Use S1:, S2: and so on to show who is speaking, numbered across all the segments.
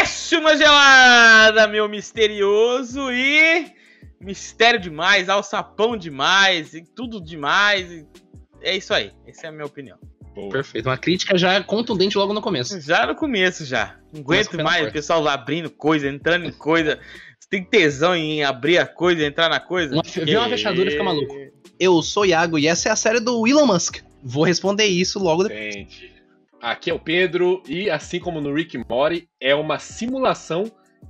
S1: Décima gelada, meu misterioso e mistério demais, alçapão demais e tudo demais. e É isso aí, essa é a minha opinião.
S2: Boa.
S3: Perfeito. Uma crítica já contundente logo no começo.
S1: Já no começo já. Não
S3: Começa
S1: aguento
S3: pela
S1: mais
S3: porta.
S1: o pessoal lá abrindo coisa, entrando em coisa. Você tem tesão em abrir a coisa, entrar na coisa?
S3: Uma- vê
S1: É.
S3: uma fechadura e fica maluco. Eu sou o Iago e essa é a série do Elon Musk. Vou responder isso logo depois.
S2: Gente, aqui é o Pedro e assim como no Rick Mori, é uma simulação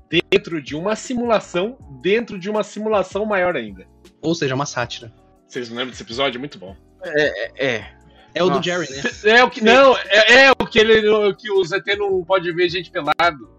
S2: dentro de uma simulação dentro de uma simulação maior ainda.
S3: Ou seja, uma sátira.
S2: Vocês não lembram desse episódio? Muito bom.
S1: É.
S3: É o
S1: Nossa.
S3: do Jerry, né?
S2: É o que não, é, é o que ele o que o ZT não pode ver gente pelado.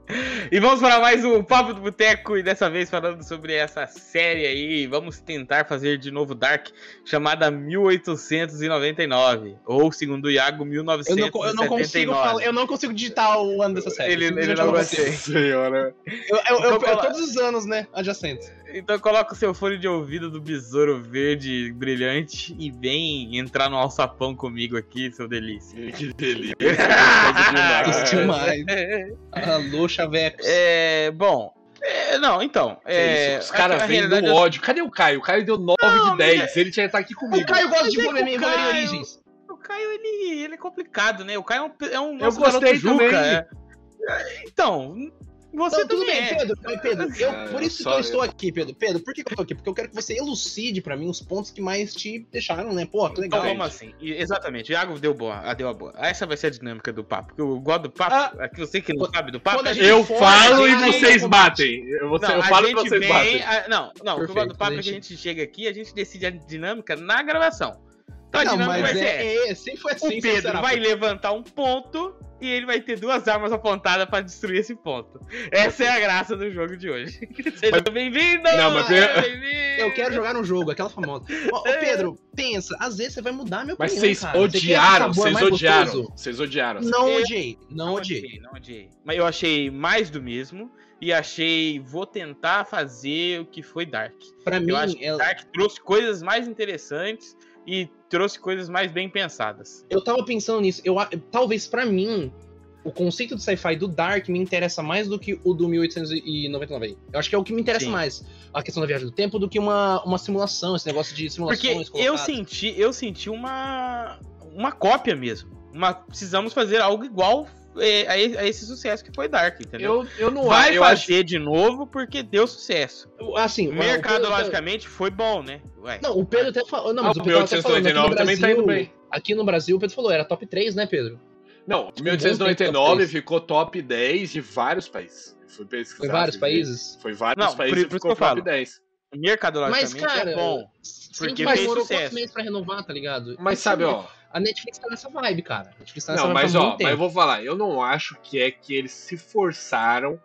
S1: E vamos para mais um Papo do Boteco e dessa vez falando sobre essa série aí. Vamos tentar fazer de novo Dark, chamada 1899. Ou, segundo o Iago,
S3: Eu
S1: 1979.
S3: não, co- eu não consigo falar- eu não consigo digitar o ano dessa série. é
S1: Ele- ele
S3: Simplesmente
S1: não
S3: eu
S1: gosta.
S3: consigo.
S2: Senhora.
S3: Eu, eu- eu-
S1: Então,
S3: eu- todos os anos, né? Adjacentes.
S1: Então coloca o seu fone de ouvido do besouro verde brilhante e vem entrar no alçapão comigo aqui, seu delícia.
S2: Que delícia.
S3: Gosto
S2: Demais.
S3: demais. Ah, Alô, Chaveco.
S1: Ah. É, bom, é, não, então.
S2: É
S1: É,
S2: isso, os
S1: a-
S2: caras
S1: a
S2: vêm
S1: realidade
S2: no
S1: é-
S2: ódio. Cadê o Caio? O Caio deu 9
S1: Não,
S2: de 10. Ele tinha que estar aqui comigo.
S3: O Caio gosta
S1: Mas
S3: de
S1: é que
S3: Wolverine
S1: o
S3: Wolverine
S1: Caio-
S3: Origins.
S1: O Caio, ele, ele é complicado, né? O Caio é um. É um
S2: Eu gostei também.
S1: é. É, Então, você
S3: Não, tudo
S1: também
S3: bem,
S1: é.
S3: Pedro. mas, Pedro, eu,
S2: Ah,
S3: por
S2: eu
S3: isso que
S2: só-
S3: eu estou aqui, Pedro. Pedro, por que que eu tô aqui? Porque eu quero que você elucide pra mim os pontos que mais te deixaram, né? Pô, que
S1: Então
S3: legal.
S1: vamos assim, E- exatamente, o Iago deu boa, ah, deu a boa. Essa vai ser a dinâmica do papo, porque eu gosto do papo, é que você que não
S3: quando-
S1: sabe do papo,
S3: Ah, quando a
S1: é
S3: gente
S2: Eu
S3: Fora,
S2: falo e
S1: aí,
S2: vocês
S3: combate.
S2: batem. Eu, vou- eu
S1: é a
S2: falo e
S1: gente
S2: vocês
S1: vem-
S2: batem.
S1: a- não, não, o que eu gosto do
S3: Perfeito,
S1: papo é que a
S3: gente.
S1: gente chega aqui e a gente decide a dinâmica na gravação. Então a
S3: Não,
S1: dinâmica vai
S3: mas
S1: ser essa.
S3: é, é, sempre foi assim,
S1: O
S3: sempre
S1: Pedro
S3: será.
S1: vai levantar um ponto e ele vai ter duas armas apontadas pra destruir esse ponto. Essa é a graça do jogo de hoje. Sejam bem-vindos!
S2: Não, mas
S1: sejam
S2: eu-
S1: bem-vindos!
S3: Eu quero jogar um jogo, aquela famosa. Ó, ô, Pedro, pensa, às vezes você vai mudar meu
S2: Mas
S3: opinião,
S2: vocês
S3: cara. Você quer
S2: odiaram,
S3: um sabor
S2: vocês
S3: mais
S2: odiaram.
S3: gostoso?
S2: Vocês odiaram. assim,
S3: Não
S1: Eu-
S3: odiei, não odiei.
S1: Não odiei. Mas eu achei mais do mesmo e achei. Vou tentar fazer o que foi Dark.
S3: Pra mim,
S1: Eu acho que
S3: ela-
S1: Dark trouxe coisas mais interessantes e trouxe coisas mais bem pensadas.
S3: eu tava pensando nisso. Eu, a- talvez pra mim, o conceito de sci-fi do Dark me interessa mais do que o do 1899. Eu acho que é o que me interessa
S1: Sim.
S3: mais. A questão da viagem do tempo do que uma, uma simulação, esse negócio de
S1: Porque
S3: simulações.
S1: eu
S3: colocadas.
S1: senti, eu senti uma uma cópia mesmo. Uma, precisamos fazer algo igual é, a, e- a esse sucesso que foi Dark, entendeu?
S2: Eu, eu não
S1: Vai
S2: eu acho.
S1: fazer de novo porque deu sucesso.
S3: Assim, o- o Pedro-
S1: Mercadologicamente foi bom, né? Ué.
S3: Não, o Pedro até falou. Não,
S2: Ah,
S3: mas
S2: o
S3: o Pedro até falou.
S2: 1899 também tá indo bem.
S3: Aqui no Brasil, o Pedro falou, era top 3, né, Pedro?
S2: Não, o
S3: bom tempo,
S2: 1899
S3: top
S2: ficou top 10 de vários países. Eu fui pesquisar.
S3: Foi vários
S2: vocês
S3: países.
S2: viram? Foi vários
S1: Não, por-
S2: países
S1: por
S2: e
S1: isso
S2: ficou
S1: que eu
S2: top
S1: falo.
S2: 10.
S1: Mercadologicamente
S3: Mas, cara,
S1: é bom.
S3: Sim,
S1: Porque
S3: que mas
S1: fez
S3: demorou
S1: sucesso.
S3: quatro meses pra renovar, tá ligado?
S2: Mas
S3: Sim,
S2: sabe, ó.
S3: A Netflix tá nessa vibe, cara. A Netflix tá nessa
S2: Não,
S3: vibe
S2: mas
S3: há
S2: ó,
S3: muito
S2: mas eu
S3: tempo.
S2: vou falar, eu não acho que é que eles se forçaram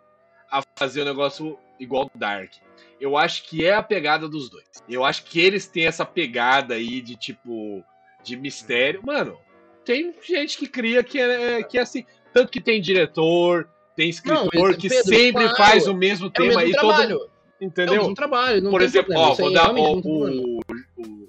S2: a fazer um negócio igual do Dark. Eu acho que é a pegada dos dois. Eu acho que eles têm essa pegada aí de tipo de mistério. Mano, tem gente que cria que é, que é assim, tanto que tem diretor, tem escritor
S3: Não, mas,
S2: que
S3: Pedro,
S2: sempre
S3: claro,
S2: faz o mesmo
S3: É o
S2: tema
S3: mesmo
S2: aí todo,
S3: trabalho. É o
S2: entendeu?
S3: mesmo trabalho, não
S2: Por
S3: tem
S2: exemplo,
S3: problema.
S2: ó,
S3: Isso
S2: vou
S3: aí é
S2: dar
S3: realmente
S2: ó,
S3: não tem problema.
S2: o, o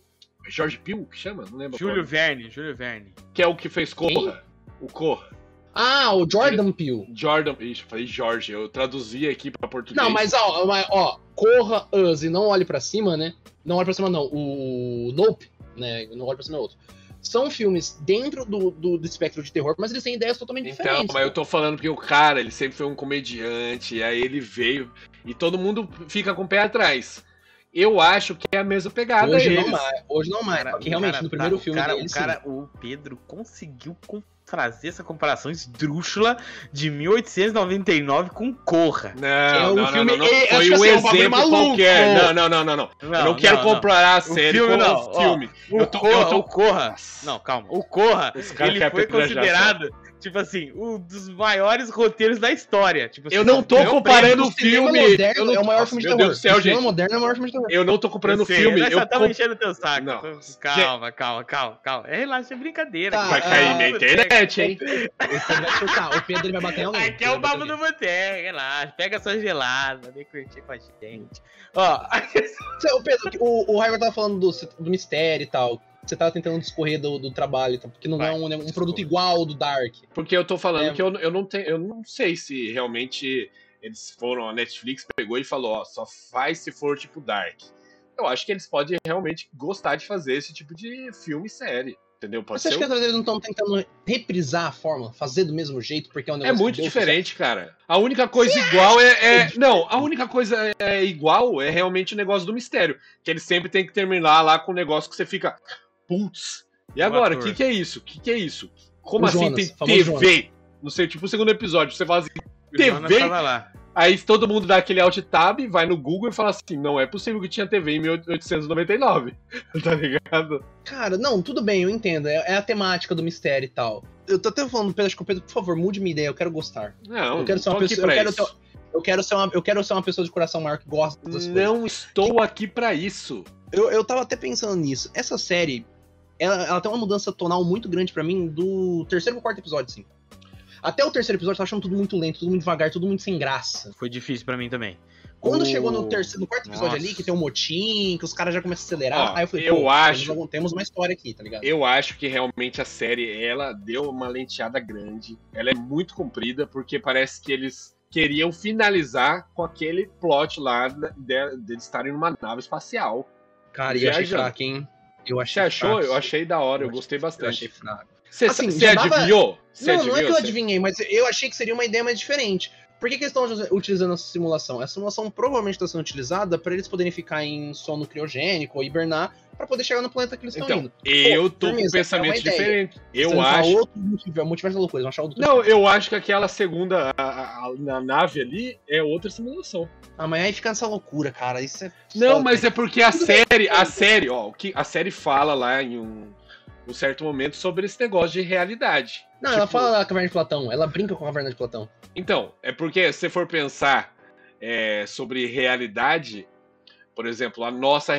S2: é Jorge Pio que chama, não lembro.
S1: Júlio
S2: qual,
S1: Verne, Júlio Verne.
S2: que é o que fez Corra. O Corra.
S3: Ah, o Jordan Peele.
S2: Jordan. Ixi, eu falei Jorge, eu traduzi aqui pra português.
S3: Não, mas ó, mas, ó, corra us e não olhe pra cima, né? Não olhe pra cima, não. O Nope, né? Não olhe pra cima é outro. São filmes dentro do, do, do espectro de terror, mas eles têm ideias totalmente
S2: Então,
S3: diferentes.
S2: mas eu tô falando que o cara, ele sempre foi um comediante, aí ele veio. E todo mundo fica com o pé atrás. Eu acho que é a mesma pegada
S3: hoje,
S2: deles.
S3: não mais, hoje não mais,
S1: Cara,
S3: porque
S1: o
S3: realmente
S1: cara
S3: no
S1: tá-
S3: primeiro
S1: o
S3: filme
S1: cara,
S3: dele,
S1: o, cara, o Pedro conseguiu com- trazer essa comparação esdrúxula de 1899 com Corra.
S2: Não,
S3: É
S2: não,
S3: um
S2: não,
S3: filme-
S2: não, não.
S3: é, acho
S2: Foi
S3: que
S2: um
S3: assim, é um bagulho
S2: exemplo
S3: maluco.
S2: qualquer. Não, não, não, não, não. eu não quero comparar a série
S1: filme
S2: com
S1: não,
S2: o
S1: ó.
S2: filme.
S1: O,
S2: Eu tô-
S1: Corra,
S2: eu tô-
S1: o Corra. Não, calma. O Corra,
S2: Esse cara
S1: ele
S2: quer
S1: foi
S2: apedrejar,
S1: considerado, tipo assim, um dos maiores roteiros da história. Tipo assim,
S2: Eu não tô
S1: ganhou
S2: comparando
S3: o
S2: o filme. eu
S3: moderno
S2: não-
S3: é o maior
S2: Nossa,
S3: filme de
S2: meu
S3: terror.
S2: Deus do céu,
S3: o cinema
S2: gente.
S3: moderno é o maior filme de terror.
S2: Eu não tô
S1: prêmio.
S2: comprando o
S1: Eu sei,
S2: filme.
S1: Eu
S2: Eu
S1: só tava
S2: comp-
S1: enchendo teu saco.
S2: Não.
S1: Calma, calma, calma, calma. É, relaxa, é brincadeira.
S3: Tá,
S1: aqui.
S2: Vai
S3: Ah,
S2: cair
S3: ah,
S2: minha internet, hein?
S3: Ele vai chutar, o Pedro ele vai bater em alguém.
S1: Aqui é o babo do boteco, relaxa. Pega sua gelada, vem curtir com a gente. Ó,
S3: Cê- O Pedro, o, o Raigor tava falando do, do mistério e tal. você tá tentando discorrer do, do trabalho, tá? porque não
S2: Vai,
S3: é um, né, um
S2: discorre.
S3: produto igual do Dark.
S2: Porque eu tô falando
S3: É.
S2: que eu, eu não tenho, eu não sei se realmente eles foram, a Netflix pegou e falou, ó, só faz se for tipo Dark. Eu acho que eles podem realmente gostar de fazer esse tipo de filme e série. Entendeu? Pode
S3: Mas você acha
S2: ser.
S3: que é
S2: um-
S3: às vezes eles não estão tentando reprisar a fórmula, fazer do mesmo jeito, porque é um
S2: É
S3: negócio
S2: muito
S3: que deu
S2: diferente, cara. A única coisa igual é, é- Não, a única coisa é igual é realmente o negócio do mistério. Que eles sempre tem que terminar lá com um negócio que você fica. Putz, e
S1: O
S2: agora? O
S1: ator.
S2: que, que é isso? O que, que é isso? Como
S3: O
S2: assim
S3: Jonas,
S2: tem
S3: famoso
S2: TV? Não sei, tipo o segundo episódio. Você fala assim,
S1: O Jonas
S2: TV?
S1: tava lá.
S2: Aí todo mundo dá aquele alt tab, vai no Google e fala assim: não é possível que tinha TV em 1899. tá ligado?
S3: Cara, não, tudo bem, eu entendo. É, é a temática do mistério e tal. Eu tô até falando, Pedro, acho que o Pedro, por favor, mude minha ideia, eu quero gostar.
S2: Não,
S3: Eu quero ser uma
S2: não tô aqui
S3: pessoa- eu
S2: pra
S3: quero
S2: isso.
S3: Eu quero ser uma, eu quero ser uma pessoa de coração maior que gosta dessas coisas.
S2: Não estou aqui pra isso.
S3: Eu, eu tava até pensando nisso. Essa série, ela, ela tem uma mudança tonal muito grande pra mim do terceiro pro quarto episódio, sim. Até o terceiro episódio eu tava achando tudo muito lento, tudo muito devagar, tudo muito sem graça.
S1: Foi difícil pra mim também.
S3: Quando
S1: O-
S3: chegou no terceiro, no quarto episódio
S1: Nossa.
S3: ali, que tem um motim, que os caras já começam a acelerar,
S2: Ó,
S3: aí eu falei,
S2: eu
S3: pô,
S2: acho-
S3: temos algum- temos uma história aqui, tá ligado?
S2: Eu acho que realmente a série ela deu uma lenteada grande. Ela é muito comprida porque parece que eles queriam finalizar com aquele plot lá da- de- deles estarem numa nave espacial.
S3: Cara, e eu achei
S2: Viajando.
S3: fraco, hein? Eu
S2: Você
S3: achei
S2: achou?
S3: fraco.
S2: Eu achei da hora, eu
S3: Eu
S2: gostei
S3: Eu achei
S2: bastante.
S3: fraco.
S2: Você
S3: Assim,
S2: você
S3: já dava-
S2: adivinhou? Você
S3: não, não é que eu
S2: Você-
S3: adivinhei, mas eu achei que seria uma ideia mais diferente. Por que, que eles estão utilizando essa simulação? Essa simulação provavelmente está sendo utilizada para eles poderem ficar em sono criogênico ou hibernar para poder chegar no planeta que eles estão
S2: Então,
S3: indo.
S2: eu tô com um
S3: firmeza, é
S2: pensamento
S3: uma ideia.
S2: diferente.
S3: Eles
S2: Eu
S3: vão achar
S2: acho.
S3: Outro multiverso, é um multiverso da loucura, eles vão achar outro.
S2: Não, eu acho que aquela segunda a- a- a- na nave ali é outra simulação.
S3: Amanhã aí fica nessa loucura, cara. Isso é.
S2: Não,
S3: foda.
S2: mas é porque a
S3: Tudo bem,
S2: série, a
S3: cara.
S2: série, ó, o que a série fala lá em um, um certo momento sobre esse negócio de realidade.
S3: Não, ela
S2: tipo-
S3: fala da caverna de Platão, ela brinca com a caverna de Platão.
S2: Então, é porque se você for pensar é, sobre realidade, por exemplo, a nossa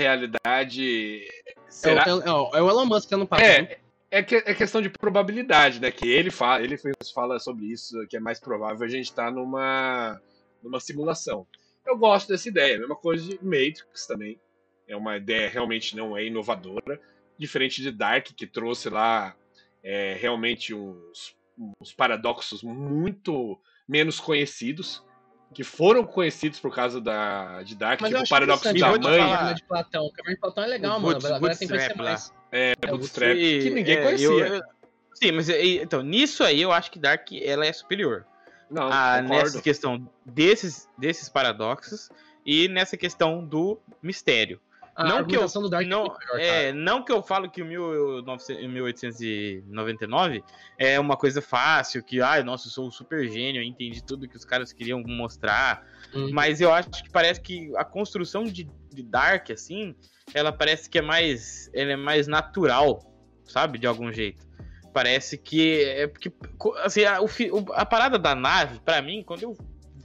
S2: realidade
S3: É o,
S2: será
S3: é o- é o Elon Musk que tá no papo. né?
S2: É, é, que- é questão de probabilidade, né? Que ele fala, ele fez- fala sobre isso, que é mais provável a gente estar numa, numa simulação. Eu gosto dessa ideia, é a mesma coisa de Matrix também. É uma ideia realmente não é inovadora, diferente de Dark, que trouxe lá é, realmente uns, uns paradoxos muito menos conhecidos, que foram conhecidos por causa da, de Dark,
S3: Mas eu
S2: tipo o
S3: acho
S2: paradoxo
S3: interessante
S2: da
S1: eu vou te
S2: mãe,
S3: a caverna de Platão. A caverna de Platão é legal,
S1: O
S3: mano.
S1: Boots-
S3: a galera tem que
S1: Bootstrap
S3: conhecer
S1: lá.
S3: mais.
S2: é,
S3: É, o
S2: Bootstrap,
S1: E-
S2: que ninguém
S1: é,
S2: conhecia.
S1: eu- eu- sim, mas é, e- então, nisso aí eu acho que Dark ela é superior.
S2: Não,
S1: Ah,
S2: Então, concordo.
S1: nessa questão desses, desses paradoxos e nessa questão do mistério.
S3: A
S1: Não que eu-
S3: argumentação do Dark
S1: Não,
S3: muito melhor, cara.
S1: é, não que eu falo que o 1900 1899 é uma coisa fácil, que, ai, nossa, eu sou um super gênio, eu entendi tudo que os caras queriam mostrar.
S3: Hum.
S1: Mas eu acho que parece que a construção de, de Dark, assim, ela parece que é mais. Ela é mais natural, sabe? De algum jeito. Parece que. É porque. co- Assim, a, o fi- o- a parada da nave, pra mim, quando eu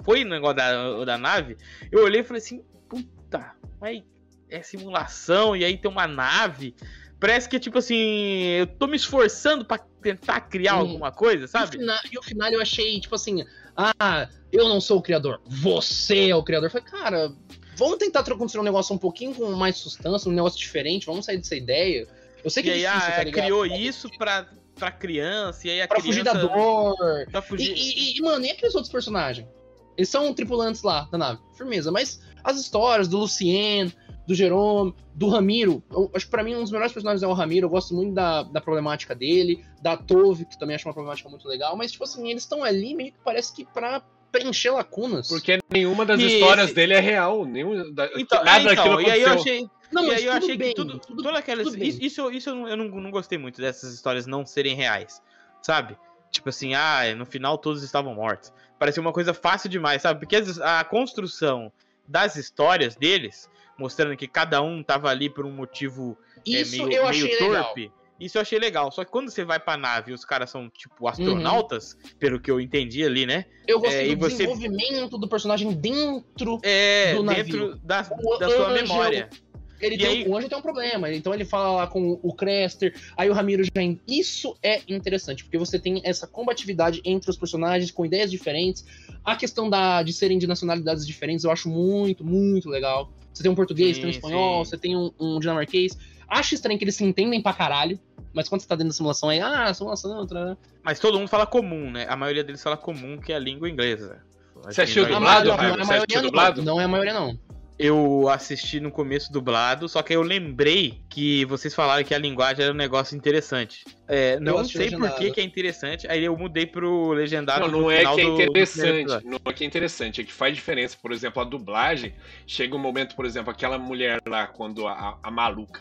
S1: fui no negócio da, da nave, eu olhei e falei assim, puta, mas é simulação, e aí tem uma nave. Parece que, tipo assim, eu tô me esforçando pra tentar criar
S3: Hum.
S1: alguma coisa,
S3: E o
S1: sabe?
S3: fina- e o final eu achei, tipo assim, ah, eu não sou o criador, você é o criador. Eu falei, cara, vamos tentar tro- construir um negócio um pouquinho com mais sustância, um negócio diferente, vamos sair dessa ideia. Eu sei que
S1: E aí,
S3: é difícil,
S1: ah,
S3: tá ligado? É
S1: criou isso pra, pra criança, e aí a
S3: Pra
S1: criança... tá
S3: fugir da dor.
S1: Pra
S3: E,
S1: fugir.
S3: e- e, mano, e aqueles outros personagens? Eles são tripulantes lá da nave, firmeza. Mas as histórias do Lucien, do Jerome, do Ramiro, eu acho que pra mim um dos melhores personagens é o Ramiro. Eu gosto muito da, da problemática dele, da Tove, que também acho uma problemática muito legal. Mas, tipo assim, eles estão ali meio que parece que pra preencher lacunas.
S2: Porque nenhuma das
S1: E
S2: histórias
S1: esse-
S2: dele é real. Nenhum, da-
S1: Então,
S2: nada
S1: é, então,
S2: daquilo
S1: e aí
S2: aconteceu.
S1: eu achei,
S3: não,
S1: e
S3: mas
S1: aí eu
S3: tudo
S1: achei
S3: bem,
S1: que tudo,
S3: tudo-
S1: toda aquela,
S3: tudo bem.
S1: isso, isso, isso eu, não, eu não, não gostei muito dessas histórias não serem reais, sabe? Tipo assim, ah, no final todos estavam mortos. Parecia uma coisa fácil demais, sabe? Porque as- a construção das histórias deles, mostrando que cada um tava ali por um motivo é,
S3: isso
S1: meio,
S3: eu
S1: meio
S3: achei legal.
S1: torpe. Isso eu achei legal. Só que quando você vai pra nave e os caras são, tipo, astronautas, pelo que eu entendi ali, né?
S3: Eu
S1: É,
S3: gostei
S1: e
S3: do
S1: você-
S3: desenvolvimento do personagem dentro.
S1: É,
S3: Do navio.
S1: dentro da,
S3: O
S1: da
S2: é
S1: sua
S3: anjo,
S1: memória.
S3: Ele
S1: E
S3: tem,
S1: aí-
S3: O anjo tem um problema, então ele fala lá com o Crester, aí o Ramiro já. en- Isso é interessante, porque você tem essa combatividade entre os personagens, com ideias diferentes. A questão da, de serem de nacionalidades diferentes eu acho muito, muito legal. Você tem um português,
S1: Sim,
S3: tem um espanhol,
S1: sim.
S3: você tem um, um dinamarquês. Acho estranho que eles se entendem pra caralho, mas quando você tá dentro da simulação aí, ah, simulação, trará.
S1: Mas todo mundo fala comum, né? A maioria deles fala comum, que é a língua inglesa. Acho
S2: Você
S1: que
S2: achou
S1: nós-
S3: Não,
S2: dublado,
S3: não, não,
S2: Raigo?
S3: é a
S2: Você assistiu
S3: maioria
S2: dublado?
S3: não. Não é a maioria não.
S1: Eu assisti no começo dublado, só que aí eu lembrei que vocês falaram que a linguagem era um negócio interessante. É, não
S3: assisti
S1: sei por que,
S3: legendado.
S1: que é interessante, aí eu mudei pro legendado.
S2: Não,
S1: no
S2: não é
S1: final
S2: que é
S1: do- do primeiro
S2: interessante.
S1: episódio.
S2: Não é que é interessante, é que faz diferença. Por exemplo, a dublagem. Chega um momento, por exemplo, aquela mulher lá, quando a, a- a maluca.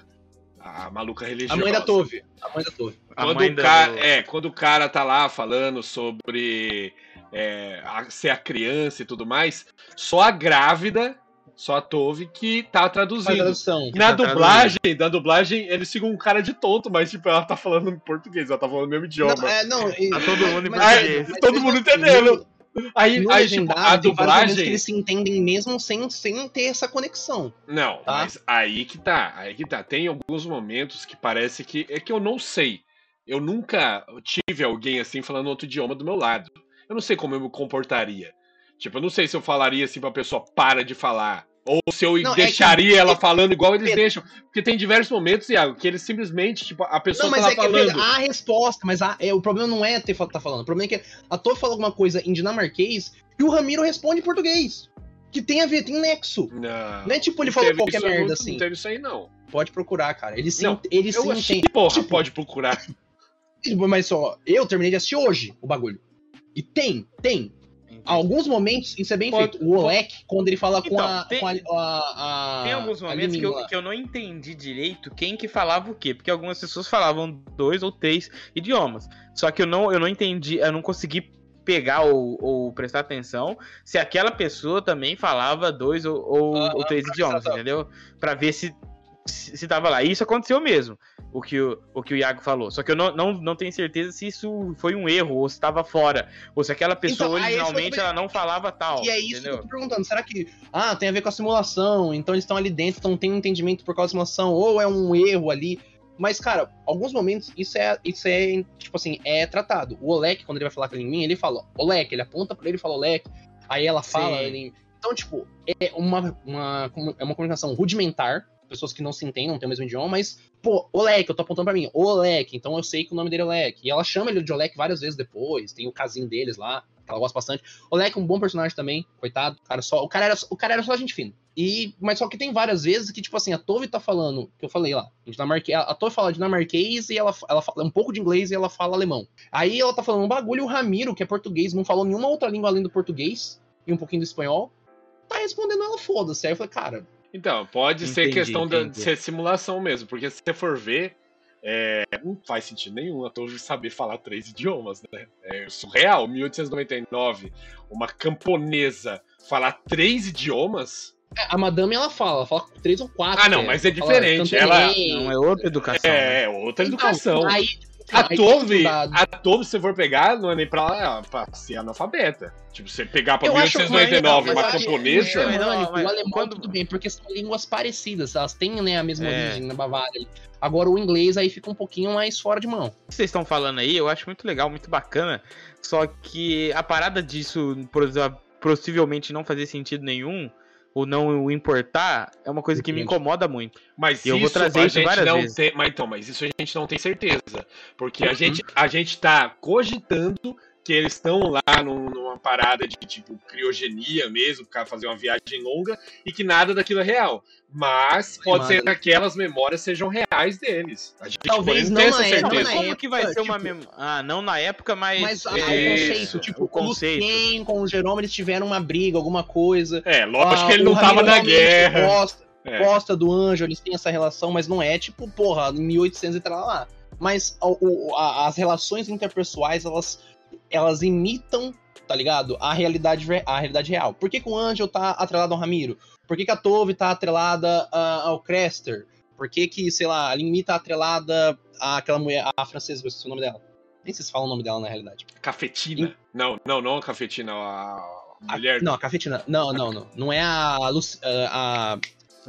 S2: A maluca
S3: A
S2: religiosa.
S3: mãe da
S2: um
S3: Tove. A mãe da Tove.
S1: A
S2: Quando,
S1: mãe
S2: o
S1: da-
S2: cara, é, quando o cara tá lá falando sobre é, a- ser a criança e tudo mais, só a grávida, só a Tove que tá
S3: Faz tipo, a
S2: traduzindo.
S3: tradução.
S2: Na
S1: Tá traduzindo.
S2: dublagem, na dublagem, eles ficam um cara de tonto, mas tipo, ela tá falando em português, ela tá falando o mesmo idioma.
S3: Não, é, não, e-
S1: Tá todo mundo em
S3: mas- é,
S1: português.
S3: mas-
S2: um Todo
S3: mas-
S2: mundo entendendo. aí,
S3: No
S2: aí tipo,
S3: legendado,
S2: a
S3: tem vários momentos que
S2: dublagem.
S3: eles se entendem mesmo sem, sem ter essa conexão.
S2: Não,
S3: Tá?
S2: mas aí que tá, aí que tá. Tem alguns momentos que parece que. É que eu não sei. Eu nunca tive alguém assim falando outro idioma do meu lado. Eu não sei como eu me comportaria. Tipo, eu não sei se eu falaria assim pra pessoa para de falar. Ou se eu
S3: Não, é que- é
S2: deixaria ela falando igual eles
S3: Pedro.
S2: deixam. Porque tem diversos momentos, Iago, que eles simplesmente, tipo, a pessoa
S3: não, mas
S2: tá lá
S3: é que
S2: falando.
S3: Pedro, há a resposta, mas há- é, o problema não é ter fa- tá falando. O problema é que a Tô fala alguma coisa em dinamarquês e o Ramiro responde em português. Que tem a ver, tem nexo.
S2: Não.
S3: Não é tipo ele
S2: não
S3: falou
S2: teve
S3: qualquer
S2: isso, não-
S3: merda
S2: não
S3: assim.
S2: teve isso aí, não.
S3: Pode procurar, cara. Ele se,
S2: Não,
S3: ent- ele se
S2: eu achei,
S3: entende.
S2: porra,
S3: Tipo-
S2: pode procurar.
S3: Tipo, Mas só, eu terminei de assistir hoje o bagulho. E tem, tem. Alguns momentos isso é bem
S2: Pode-
S3: feito. O Olek, quando ele fala com
S1: Então,
S3: a.
S1: tem-
S3: com a- a- a-
S1: Tem alguns
S3: a
S1: momentos que eu,
S3: Liminha
S1: que eu não entendi direito quem que falava o quê, porque algumas pessoas falavam dois ou três idiomas. Só que eu não, eu não entendi, eu não consegui pegar ou, ou prestar atenção se aquela pessoa também falava dois ou, ou-
S3: Ah,
S1: ou
S3: ah,
S1: três
S3: pra
S1: idiomas,
S3: avisar, tá.
S1: entendeu? Pra ver se, se, se tava lá. E isso aconteceu mesmo, o que o, o, que o Iago falou. Só que eu não, não, não tenho certeza se isso foi um erro, ou se tava fora, ou se aquela pessoa
S3: Então, aí esse foi o
S1: originalmente ela não falava tal,
S3: E é isso que eu
S1: entendeu?
S3: tô perguntando. Será que. Ah, tem a ver com a simulação, então eles estão ali dentro, então tem um entendimento por causa da simulação, ou é um erro ali. Mas, cara, alguns momentos isso é, isso é tipo assim, é tratado. O Olek, quando ele vai falar com a Liminha, ele fala Olek, ele aponta pra ele e fala Olek. Aí ela fala,
S1: Sim.
S3: ele... Então, tipo, é uma, uma, é uma comunicação rudimentar, pessoas que não se entendem, não têm o mesmo idioma, mas, pô, Olek, eu tô apontando pra mim, Olek, então eu sei que o nome dele é Olek. E ela chama ele de Olek várias vezes depois, tem o casinho deles lá, que ela gosta bastante. Olek é um bom personagem também, coitado. O cara, só, o cara, era, o cara era só gente fina. E, mas só que tem várias vezes que, tipo assim, a Tove tá falando, que eu falei lá, em dinamarquês, a Tove fala dinamarquês e ela, ela fala um pouco de inglês e ela fala alemão. Aí ela tá falando um bagulho, e o Ramiro, que é português, não falou nenhuma outra língua além do português e um pouquinho do espanhol, tá respondendo ela, foda-se. Aí eu falei, cara,
S2: Então, pode ser
S1: Entendi,
S2: questão da- de
S1: entendi.
S2: ser simulação mesmo, porque se você for ver, é, não faz sentido nenhum a Tove saber falar três idiomas, né? É surreal. 1899, uma camponesa falar três idiomas?
S3: é, a madame ela fala, ela fala três ou quatro.
S2: Ah, não,
S3: né?
S2: mas é
S3: Fala
S2: diferente. Ela
S3: cantonês.
S1: Não é outra educação. né?
S2: é outra
S3: Então,
S2: educação.
S3: Aí,
S2: A
S3: aí
S2: Tove,
S3: tá
S2: a Tove, se você for pegar, não é nem pra, pra ser analfabeta. Tipo, você pegar pra
S3: Eu acho é
S2: 1899
S1: mais-
S2: uma
S1: mas acho-
S2: camponesa.
S1: mas não,
S3: Germânico,
S1: mas
S3: o alemão
S1: quando-
S3: tudo bem, porque são línguas parecidas, elas têm né, a mesma
S1: É.
S3: origem na Bavária. Agora o inglês aí fica um pouquinho mais fora de mão.
S1: que vocês estão falando aí, eu acho muito legal, muito bacana. Só que a parada disso prosa- possivelmente não fazer sentido nenhum, ou não importar, é uma coisa que me
S3: Entendi.
S1: incomoda muito.
S2: Mas
S1: E eu vou
S2: isso
S1: trazer
S2: a
S1: isso
S2: gente
S1: várias
S2: não
S1: vezes.
S2: tem, mas então, mas isso a gente não tem certeza, porque a
S3: Uhum.
S2: gente a gente tá cogitando que eles estão lá num- numa parada de tipo criogenia mesmo, para fazer uma viagem longa e que nada daquilo é real. Mas pode
S3: nada.
S2: ser que aquelas memórias sejam reais deles. A gente
S3: Talvez
S2: porém,
S3: É, não na época,
S1: Não,
S3: Certeza.
S1: mas
S3: na
S1: como que vai
S3: época,
S1: ser uma
S3: tipo-
S1: mem- Ah, não na época, mas.
S3: Mas ah, o
S1: é,
S3: conceito, tipo,
S1: o conceito.
S3: o Lucien com o Jerome, eles tiveram uma briga, alguma coisa.
S2: É, lógico
S3: Ah,
S2: que ele
S3: o
S2: não
S3: Ramiro
S2: tava na
S3: realmente
S2: guerra.
S3: Gosta,
S2: É.
S3: gosta do anjo, eles têm essa relação, mas não é tipo, porra, 1800 e tal lá. Mas o- o- a- as relações interpessoais, elas, elas imitam, tá ligado? A realidade, ver- a realidade real. Por que, que o Angel tá atrelado ao Ramiro? Por que, que a Tove tá atrelada ah, ao Crester? Por que, que, sei lá, a Limi tá atrelada àquela mulher, à francesa, eu esqueci o nome dela. Nem sei se fala o nome dela na realidade.
S2: Cafetina. Não, não, não a cafetina, a
S3: A-
S2: mulher.
S3: Não, a cafetina. Não, não, não. Não é a. Luci... a a-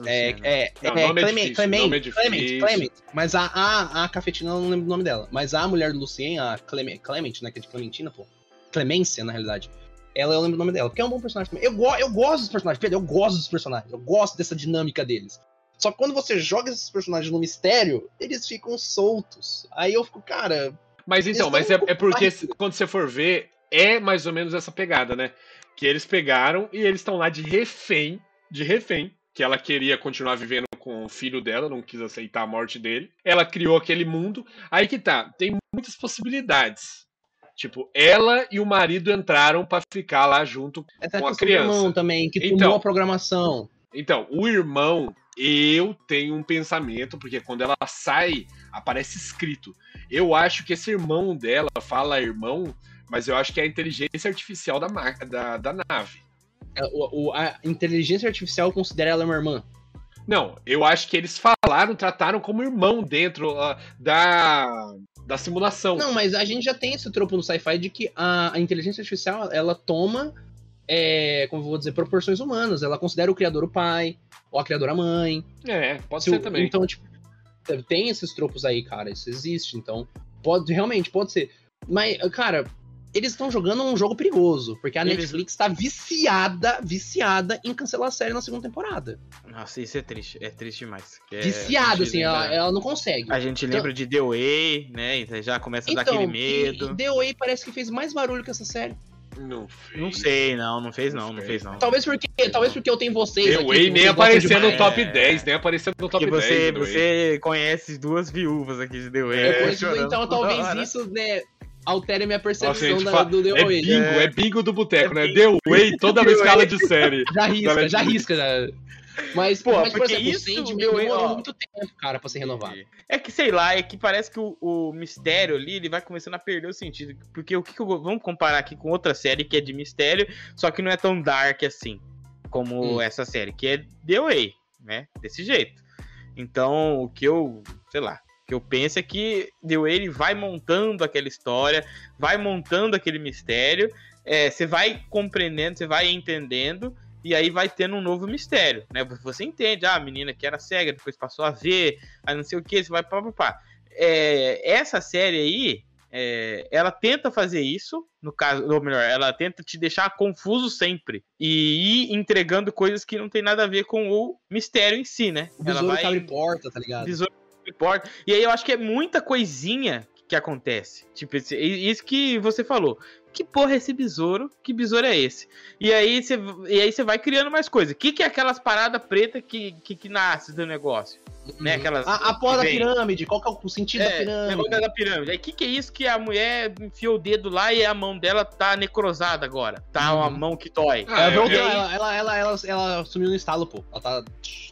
S3: é,
S1: Luciana.
S3: é,
S2: Não,
S3: é,
S2: nome é
S3: Clemente,
S2: difícil,
S3: Clemente,
S2: nome é difícil.
S3: Clemente, Clemente. Mas a, a, a cafetina, eu não lembro o nome dela. Mas a mulher do Lucien, a Clemente, Clemente né? Que é de Clementina, pô. Clemência, na realidade. Ela, eu lembro o nome dela, porque é um bom personagem também. Eu, go eu gosto dos personagens, Pedro, eu gosto dos personagens, eu gosto dessa dinâmica deles. Só que quando você joga esses personagens no mistério, eles ficam soltos. Aí eu fico, cara,
S2: Mas então,
S3: Eles
S2: mas é,
S3: tão
S2: é porque
S3: ocupados.
S2: quando você for ver, é mais ou menos essa pegada, né? Que eles pegaram e eles estão lá de refém, de refém, que ela queria continuar vivendo com o filho dela, não quis aceitar a morte dele. Ela criou aquele mundo. Aí que tá, tem muitas possibilidades. Tipo, ela e o marido entraram pra ficar lá junto.
S3: é até
S2: Com a
S3: questão do
S2: criança.
S3: irmão também, que
S2: Então.
S3: tomou a programação.
S2: Então, o irmão, eu tenho um pensamento, porque quando ela sai, aparece escrito. Eu acho que esse irmão dela fala irmão, mas eu acho que é a inteligência artificial da, ma- da, da nave.
S3: É, o- o- a inteligência artificial considera ela uma irmã.
S2: Não, eu acho que eles falaram, trataram como irmão dentro ah, da, da simulação.
S3: Não, mas a gente já tem esse tropo no sci-fi de que a, a inteligência artificial, ela toma, é, como eu vou dizer, proporções humanas. Ela considera o criador o pai, ou a criadora a mãe.
S2: É, pode
S3: Se
S2: ser
S3: o-
S2: também.
S3: Então, tipo, tem esses tropos aí, cara. Isso existe. Então, pode, realmente, pode ser. Mas, cara, eles estão jogando um jogo perigoso. Porque a
S1: Eles-
S3: Netflix tá viciada, viciada em cancelar a série na segunda temporada.
S1: Nossa, isso é triste. É triste demais. É, a
S3: viciada,
S1: gente
S3: assim, ela,
S1: lembra-
S3: ela não consegue. Então,
S1: A gente lembra de The Way, né? E Já começa a dar aquele medo.
S3: E, e The Way parece que fez mais barulho que essa série.
S2: Não, fez.
S1: Não sei, não. Não fez, não. Não
S2: Não
S1: fez, não.
S3: Talvez porque, talvez porque eu tenho vocês
S2: The
S3: aqui, tipo,
S2: Way
S3: que
S2: nem
S3: vocês gostam
S2: apareceu
S3: demais.
S2: no top
S1: É.
S2: 10, nem apareceu no top
S1: Porque você,
S2: 10. The Way.
S1: você conhece duas viúvas aqui de The Way.
S2: É,
S1: né,
S3: Depois,
S1: chorando
S3: então
S1: toda
S3: talvez
S1: hora.
S3: isso, né, altere a minha
S2: Nossa,
S3: percepção
S2: gente,
S3: da-
S2: fala-
S3: do The
S2: é
S3: Way.
S2: bingo, é bingo do boteco, né? The Way toda
S1: The
S2: vez que
S1: Way.
S2: fala de série.
S3: Já risca, já
S2: Netflix.
S3: risca. já. Mas,
S1: Pô,
S3: mas por
S1: porque
S3: exemplo,
S1: isso,
S3: o Sandman
S1: meu,
S3: demorou
S1: ó.
S3: muito tempo, cara, pra ser renovado.
S1: É que, sei lá, é que parece que o, o mistério ali, ele vai começando a perder o sentido. Porque o que, que eu, vou- vamos comparar aqui com outra série que é de mistério, só que não é tão dark assim, como
S3: Hum.
S1: essa série, que é The Way, né? Desse jeito. Então, o que eu, sei lá, o que eu penso é que The Way ele vai montando aquela história, vai montando aquele mistério, é, você vai compreendendo, você vai entendendo, e aí vai tendo um novo mistério, né? Você entende, ah, a menina que era cega, depois passou a ver, aí não sei o que, você vai pá, pá, pá. É, essa série aí, é, ela tenta fazer isso, no caso, ou melhor, ela tenta te deixar confuso sempre e ir entregando coisas que não tem nada a ver com o mistério em si, né?
S3: O
S1: Ela
S3: Besouro
S1: vai
S3: que abre porta, tá ligado?
S1: Besouro que abre porta. E aí eu acho que é muita coisinha que acontece. Tipo, esse- e- isso que você falou. Que porra é esse besouro? Que besouro é esse? E aí você, e aí você vai criando mais coisas. O que, que é aquelas paradas pretas que, que, que nasce do negócio? né, aquelas-
S3: Uhum. a, a porra da
S1: que vem.
S3: pirâmide, qual que é o sentido da
S1: É,
S3: pirâmide?
S1: negócio da pirâmide. Aí o que, que é isso que a mulher enfiou o dedo lá e a mão dela tá necrosada agora? Tá uma
S3: Uhum.
S1: mão que dói.
S2: Ah,
S3: Ela
S2: é,
S3: voltou,
S1: é-
S3: ela, ela, ela, ela, ela sumiu no estalo, pô. Ela tá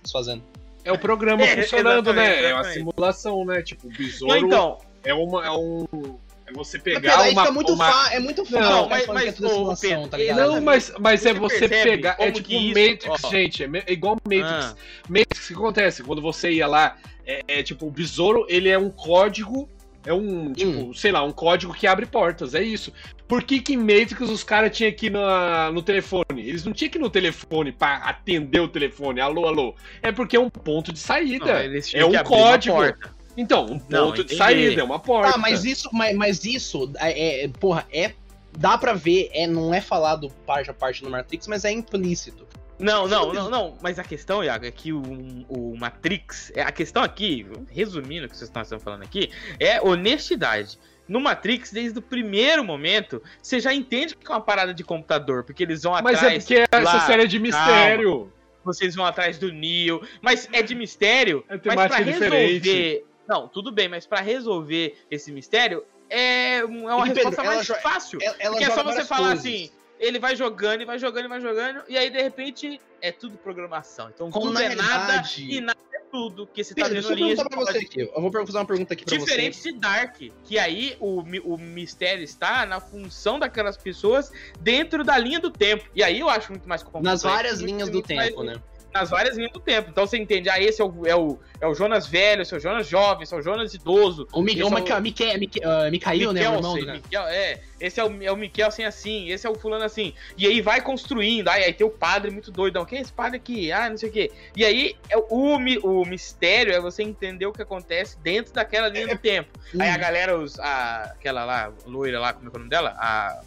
S3: desfazendo.
S2: É o programa
S1: É,
S2: funcionando, né?
S1: exatamente,
S2: É uma
S1: exatamente.
S2: simulação, né? Tipo, o besouro
S1: Não, então,
S2: é, uma, é um. É você
S3: Mas
S2: pegar
S3: aí
S2: uma.
S3: fica muito
S2: uma...
S3: fácil, é muito fácil.
S1: Não,
S3: ficar
S1: mas-
S3: falando que é
S1: mas,
S3: tudo
S1: ô,
S3: simulação,
S1: Pedro,
S3: tá ligado?
S2: Não, mas, mas é
S1: né? Você
S2: você
S1: percebe
S2: pegar.
S1: como
S2: É tipo
S1: que isso-
S2: Matrix,
S1: ó.
S2: gente. É me- é igual Matrix.
S1: ah,
S2: Matrix, o que acontece? Quando você ia lá, é, é tipo, o besouro, ele é um código, é
S1: Hum.
S2: um, tipo, sei lá, um código que abre portas, é isso. Por que que em Matrix os caras tinham que ir na- no telefone? Eles não tinham que ir no telefone pra atender o telefone, alô, alô. É porque é um ponto de saída.
S1: não, eles tinham
S2: é um
S1: que abrir uma
S2: código.
S1: porta.
S2: Então, um ponto
S1: Não,
S2: de
S1: entendi.
S2: saída, é uma porta.
S3: Ah, mas isso, mas, mas isso, é, é- porra, é. Dá pra ver, é, não é falado parte a parte no Matrix, mas é implícito.
S1: Não, não, não, não. Mas a questão, Iago, é que o, o Matrix. é, A questão aqui, resumindo o que vocês estão falando aqui, é honestidade. No Matrix, desde o primeiro momento, você já entende que é uma parada de computador, porque eles vão
S2: Mas é
S1: atrás.
S2: porque essa
S1: lá,
S2: série é de mistério.
S1: vocês vão atrás do Neo, mas é de mistério,
S2: É
S1: mas pra
S2: temática diferente.
S1: resolver, não, tudo bem, mas pra resolver esse mistério é, um- é uma
S3: E, Pedro,
S1: resposta
S3: ela
S1: mais
S3: jo-
S1: fácil,
S3: Ela, ela
S1: porque é
S3: joga
S1: só você
S3: várias
S1: falar
S3: coisas.
S1: assim, ele vai jogando e vai jogando e vai jogando e aí de repente é tudo programação. Então
S3: Como
S1: tudo
S3: na
S1: é nada
S3: realidade-
S1: e nada é tudo que você tá vendo
S3: Pedro, deixa eu
S1: ali.
S3: perguntar pra você aqui. Eu vou fazer uma pergunta aqui pra
S1: Diferente
S3: você.
S1: de Dark, que aí o, mi- o mistério está na função daquelas pessoas dentro da linha do tempo. E aí eu acho muito mais complexo.
S3: Nas várias
S1: muito-
S3: linhas do
S1: muito mais-
S3: tempo, né?
S1: nas várias linhas do tempo. Então você entende, ah, esse é o, é o, é o Jonas velho, esse é o Jonas jovem, esse é o Jonas idoso.
S3: O Miguel,
S1: Esse é
S3: o Mica- Mica- Mica- ah, Micael, né? O irmão do
S1: Mikkelsen, Mikkel, é, esse é o, é o Mikkelsen assim, esse é o fulano assim. E aí vai construindo, aí, aí tem o padre muito doidão. Quem é esse padre aqui? Ah, não sei o quê. E aí é o, o, mi- o mistério é você entender o que acontece dentro é
S3: Hum,
S1: daquela linha do tempo. Aí a galera, os, a- aquela lá, loira lá, como é que é o nome dela? A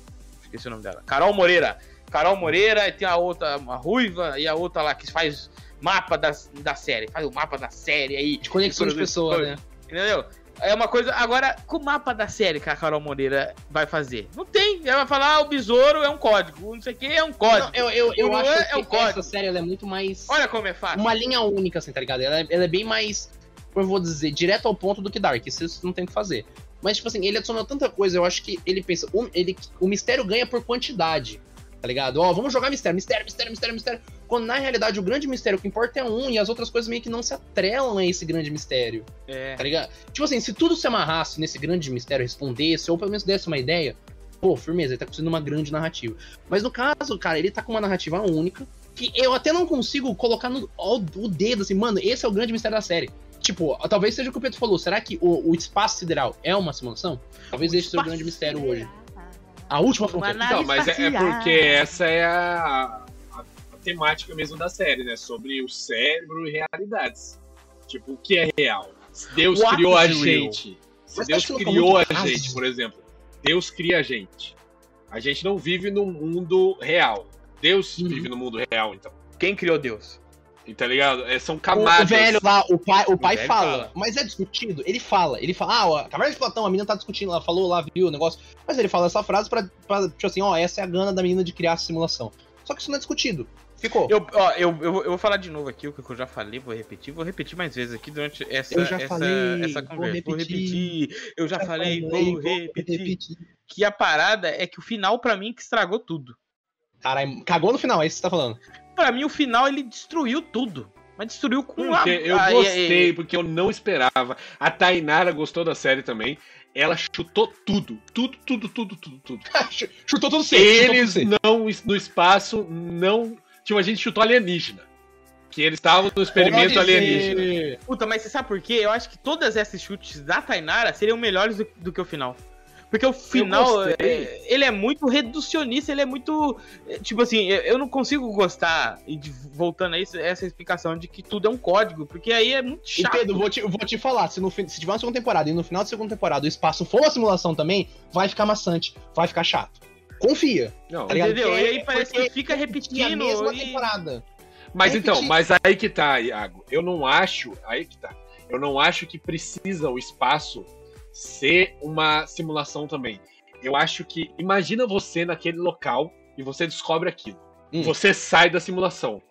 S1: esqueci o nome dela. Carol Moreira. Carol Moreira, e tem a outra, a ruiva, e a outra lá que faz mapa das, da série. Faz o mapa da série aí.
S3: De conexão de pessoa, né?
S1: Entendeu? É uma coisa. Agora, com o mapa da série que a Carol Moreira vai fazer? Não tem. Ela vai falar, ah, o besouro é um código. Não sei o que é um código.
S3: Não, eu eu, eu
S1: Não
S3: acho
S1: é- é
S3: que
S1: o código.
S3: essa série ela é muito mais.
S1: Olha como é fácil.
S3: Uma linha única, assim, tá ligado? Ela é, ela é bem mais, como eu vou dizer, direto ao ponto do que Dark. Isso isso não tem o que fazer. Mas, tipo assim, ele adicionou tanta coisa, eu acho que ele pensa. O, ele, o mistério ganha por quantidade, tá ligado? Ó, vamos jogar mistério, mistério, mistério, mistério, mistério. Quando na realidade o grande mistério que importa é um e as outras coisas meio que não se atrelam a esse grande mistério
S1: É.
S3: tá ligado? Tipo assim, se tudo se amarrasse nesse grande mistério, respondesse, ou pelo menos desse uma ideia, pô, firmeza, ele tá construindo uma grande narrativa. Mas no caso, cara, ele tá com uma narrativa única, que eu até não consigo colocar no, ao- o dedo, assim, mano, esse é o grande mistério da série. Tipo, talvez seja o que o Pedro falou, será que o, o espaço sideral é uma simulação? Talvez esse seja o grande mistério hoje. A última fronteira.
S4: Uma
S2: Então, mas é, é
S4: espacial.
S2: porque essa é a, a- a temática mesmo da série, né? Sobre o cérebro e realidades. Tipo, o que é real? Se Deus
S1: What
S2: criou a
S1: is real?
S2: gente. Se
S3: Mas
S2: Deus
S3: acho que não tá
S2: criou a
S3: muito raso.
S2: gente, por exemplo. Deus cria a gente. A gente não vive num mundo real. Deus
S3: Uhum.
S2: vive no mundo real, então.
S1: Quem criou Deus?
S2: E tá ligado? É, são
S3: O-
S2: camadas.
S3: O velho lá, o pai, o pai
S1: velho
S3: fala,
S1: fala.
S3: mas é discutido. Ele fala, ele fala, ah, ó, a caverna de Platão, a menina tá discutindo lá, falou lá, viu o negócio. Mas ele fala essa frase pra, pra tipo assim, ó, essa é a gana da menina de criar a simulação. Só que isso não é discutido. Ficou.
S1: Eu, ó, eu, eu, eu vou falar de novo aqui o que eu já falei, vou repetir, vou repetir mais vezes aqui durante essa,
S3: Eu já
S1: essa,
S3: falei,
S1: essa
S3: vou
S1: conversa. Vou repetir,
S3: repetir.
S1: eu já, falei, vou, repetir.
S3: repetir.
S1: Que a parada é que o final, pra mim, que estragou tudo.
S3: Caralho, cagou no final, é isso que você tá falando.
S1: Pra mim, o final, ele destruiu tudo. Mas destruiu com
S2: Porque eu
S3: Ah,
S1: a-
S2: gostei, porque eu não esperava. A Tainara gostou da série também. Ela chutou tudo. Tudo, tudo, tudo, tudo, tudo.
S3: Ch- chutou tudo certo. chutou tudo
S2: Eles
S3: certo.
S2: não, no espaço, não. Tipo, a gente chutou alienígena. Que eles estavam no experimento
S3: Pode ser.
S2: alienígena.
S1: Puta, mas você sabe por quê? Eu acho que todas essas chutes da Tainara seriam melhores do, do que o final. Porque o final,
S2: gostei.
S1: é- ele é muito reducionista, ele é muito. é, Tipo assim, eu- eu não consigo gostar, e de- voltando a isso, essa explicação de que tudo é um código, porque aí é muito
S3: E
S1: chato.
S3: Pedro, vou te, eu vou te falar, se, no, fim- se tiver uma segunda temporada e no final da segunda temporada o espaço for uma simulação também, vai ficar maçante, vai ficar chato. Confia.
S2: Não,
S3: Tá ligado?
S1: entendeu?
S3: Porque-
S1: E aí parece que
S3: porque
S1: fica
S3: E a
S1: repetindo.
S3: mesma
S1: e-
S3: temporada.
S2: Mas
S3: Tem
S2: então,
S3: que te-
S2: mas aí que tá, Iago. Eu não acho. Aí que tá. Eu não acho que precisa o espaço ser uma simulação também. Eu acho que. Imagina você naquele local e você descobre aquilo.
S3: Hum.
S2: Você sai da simulação.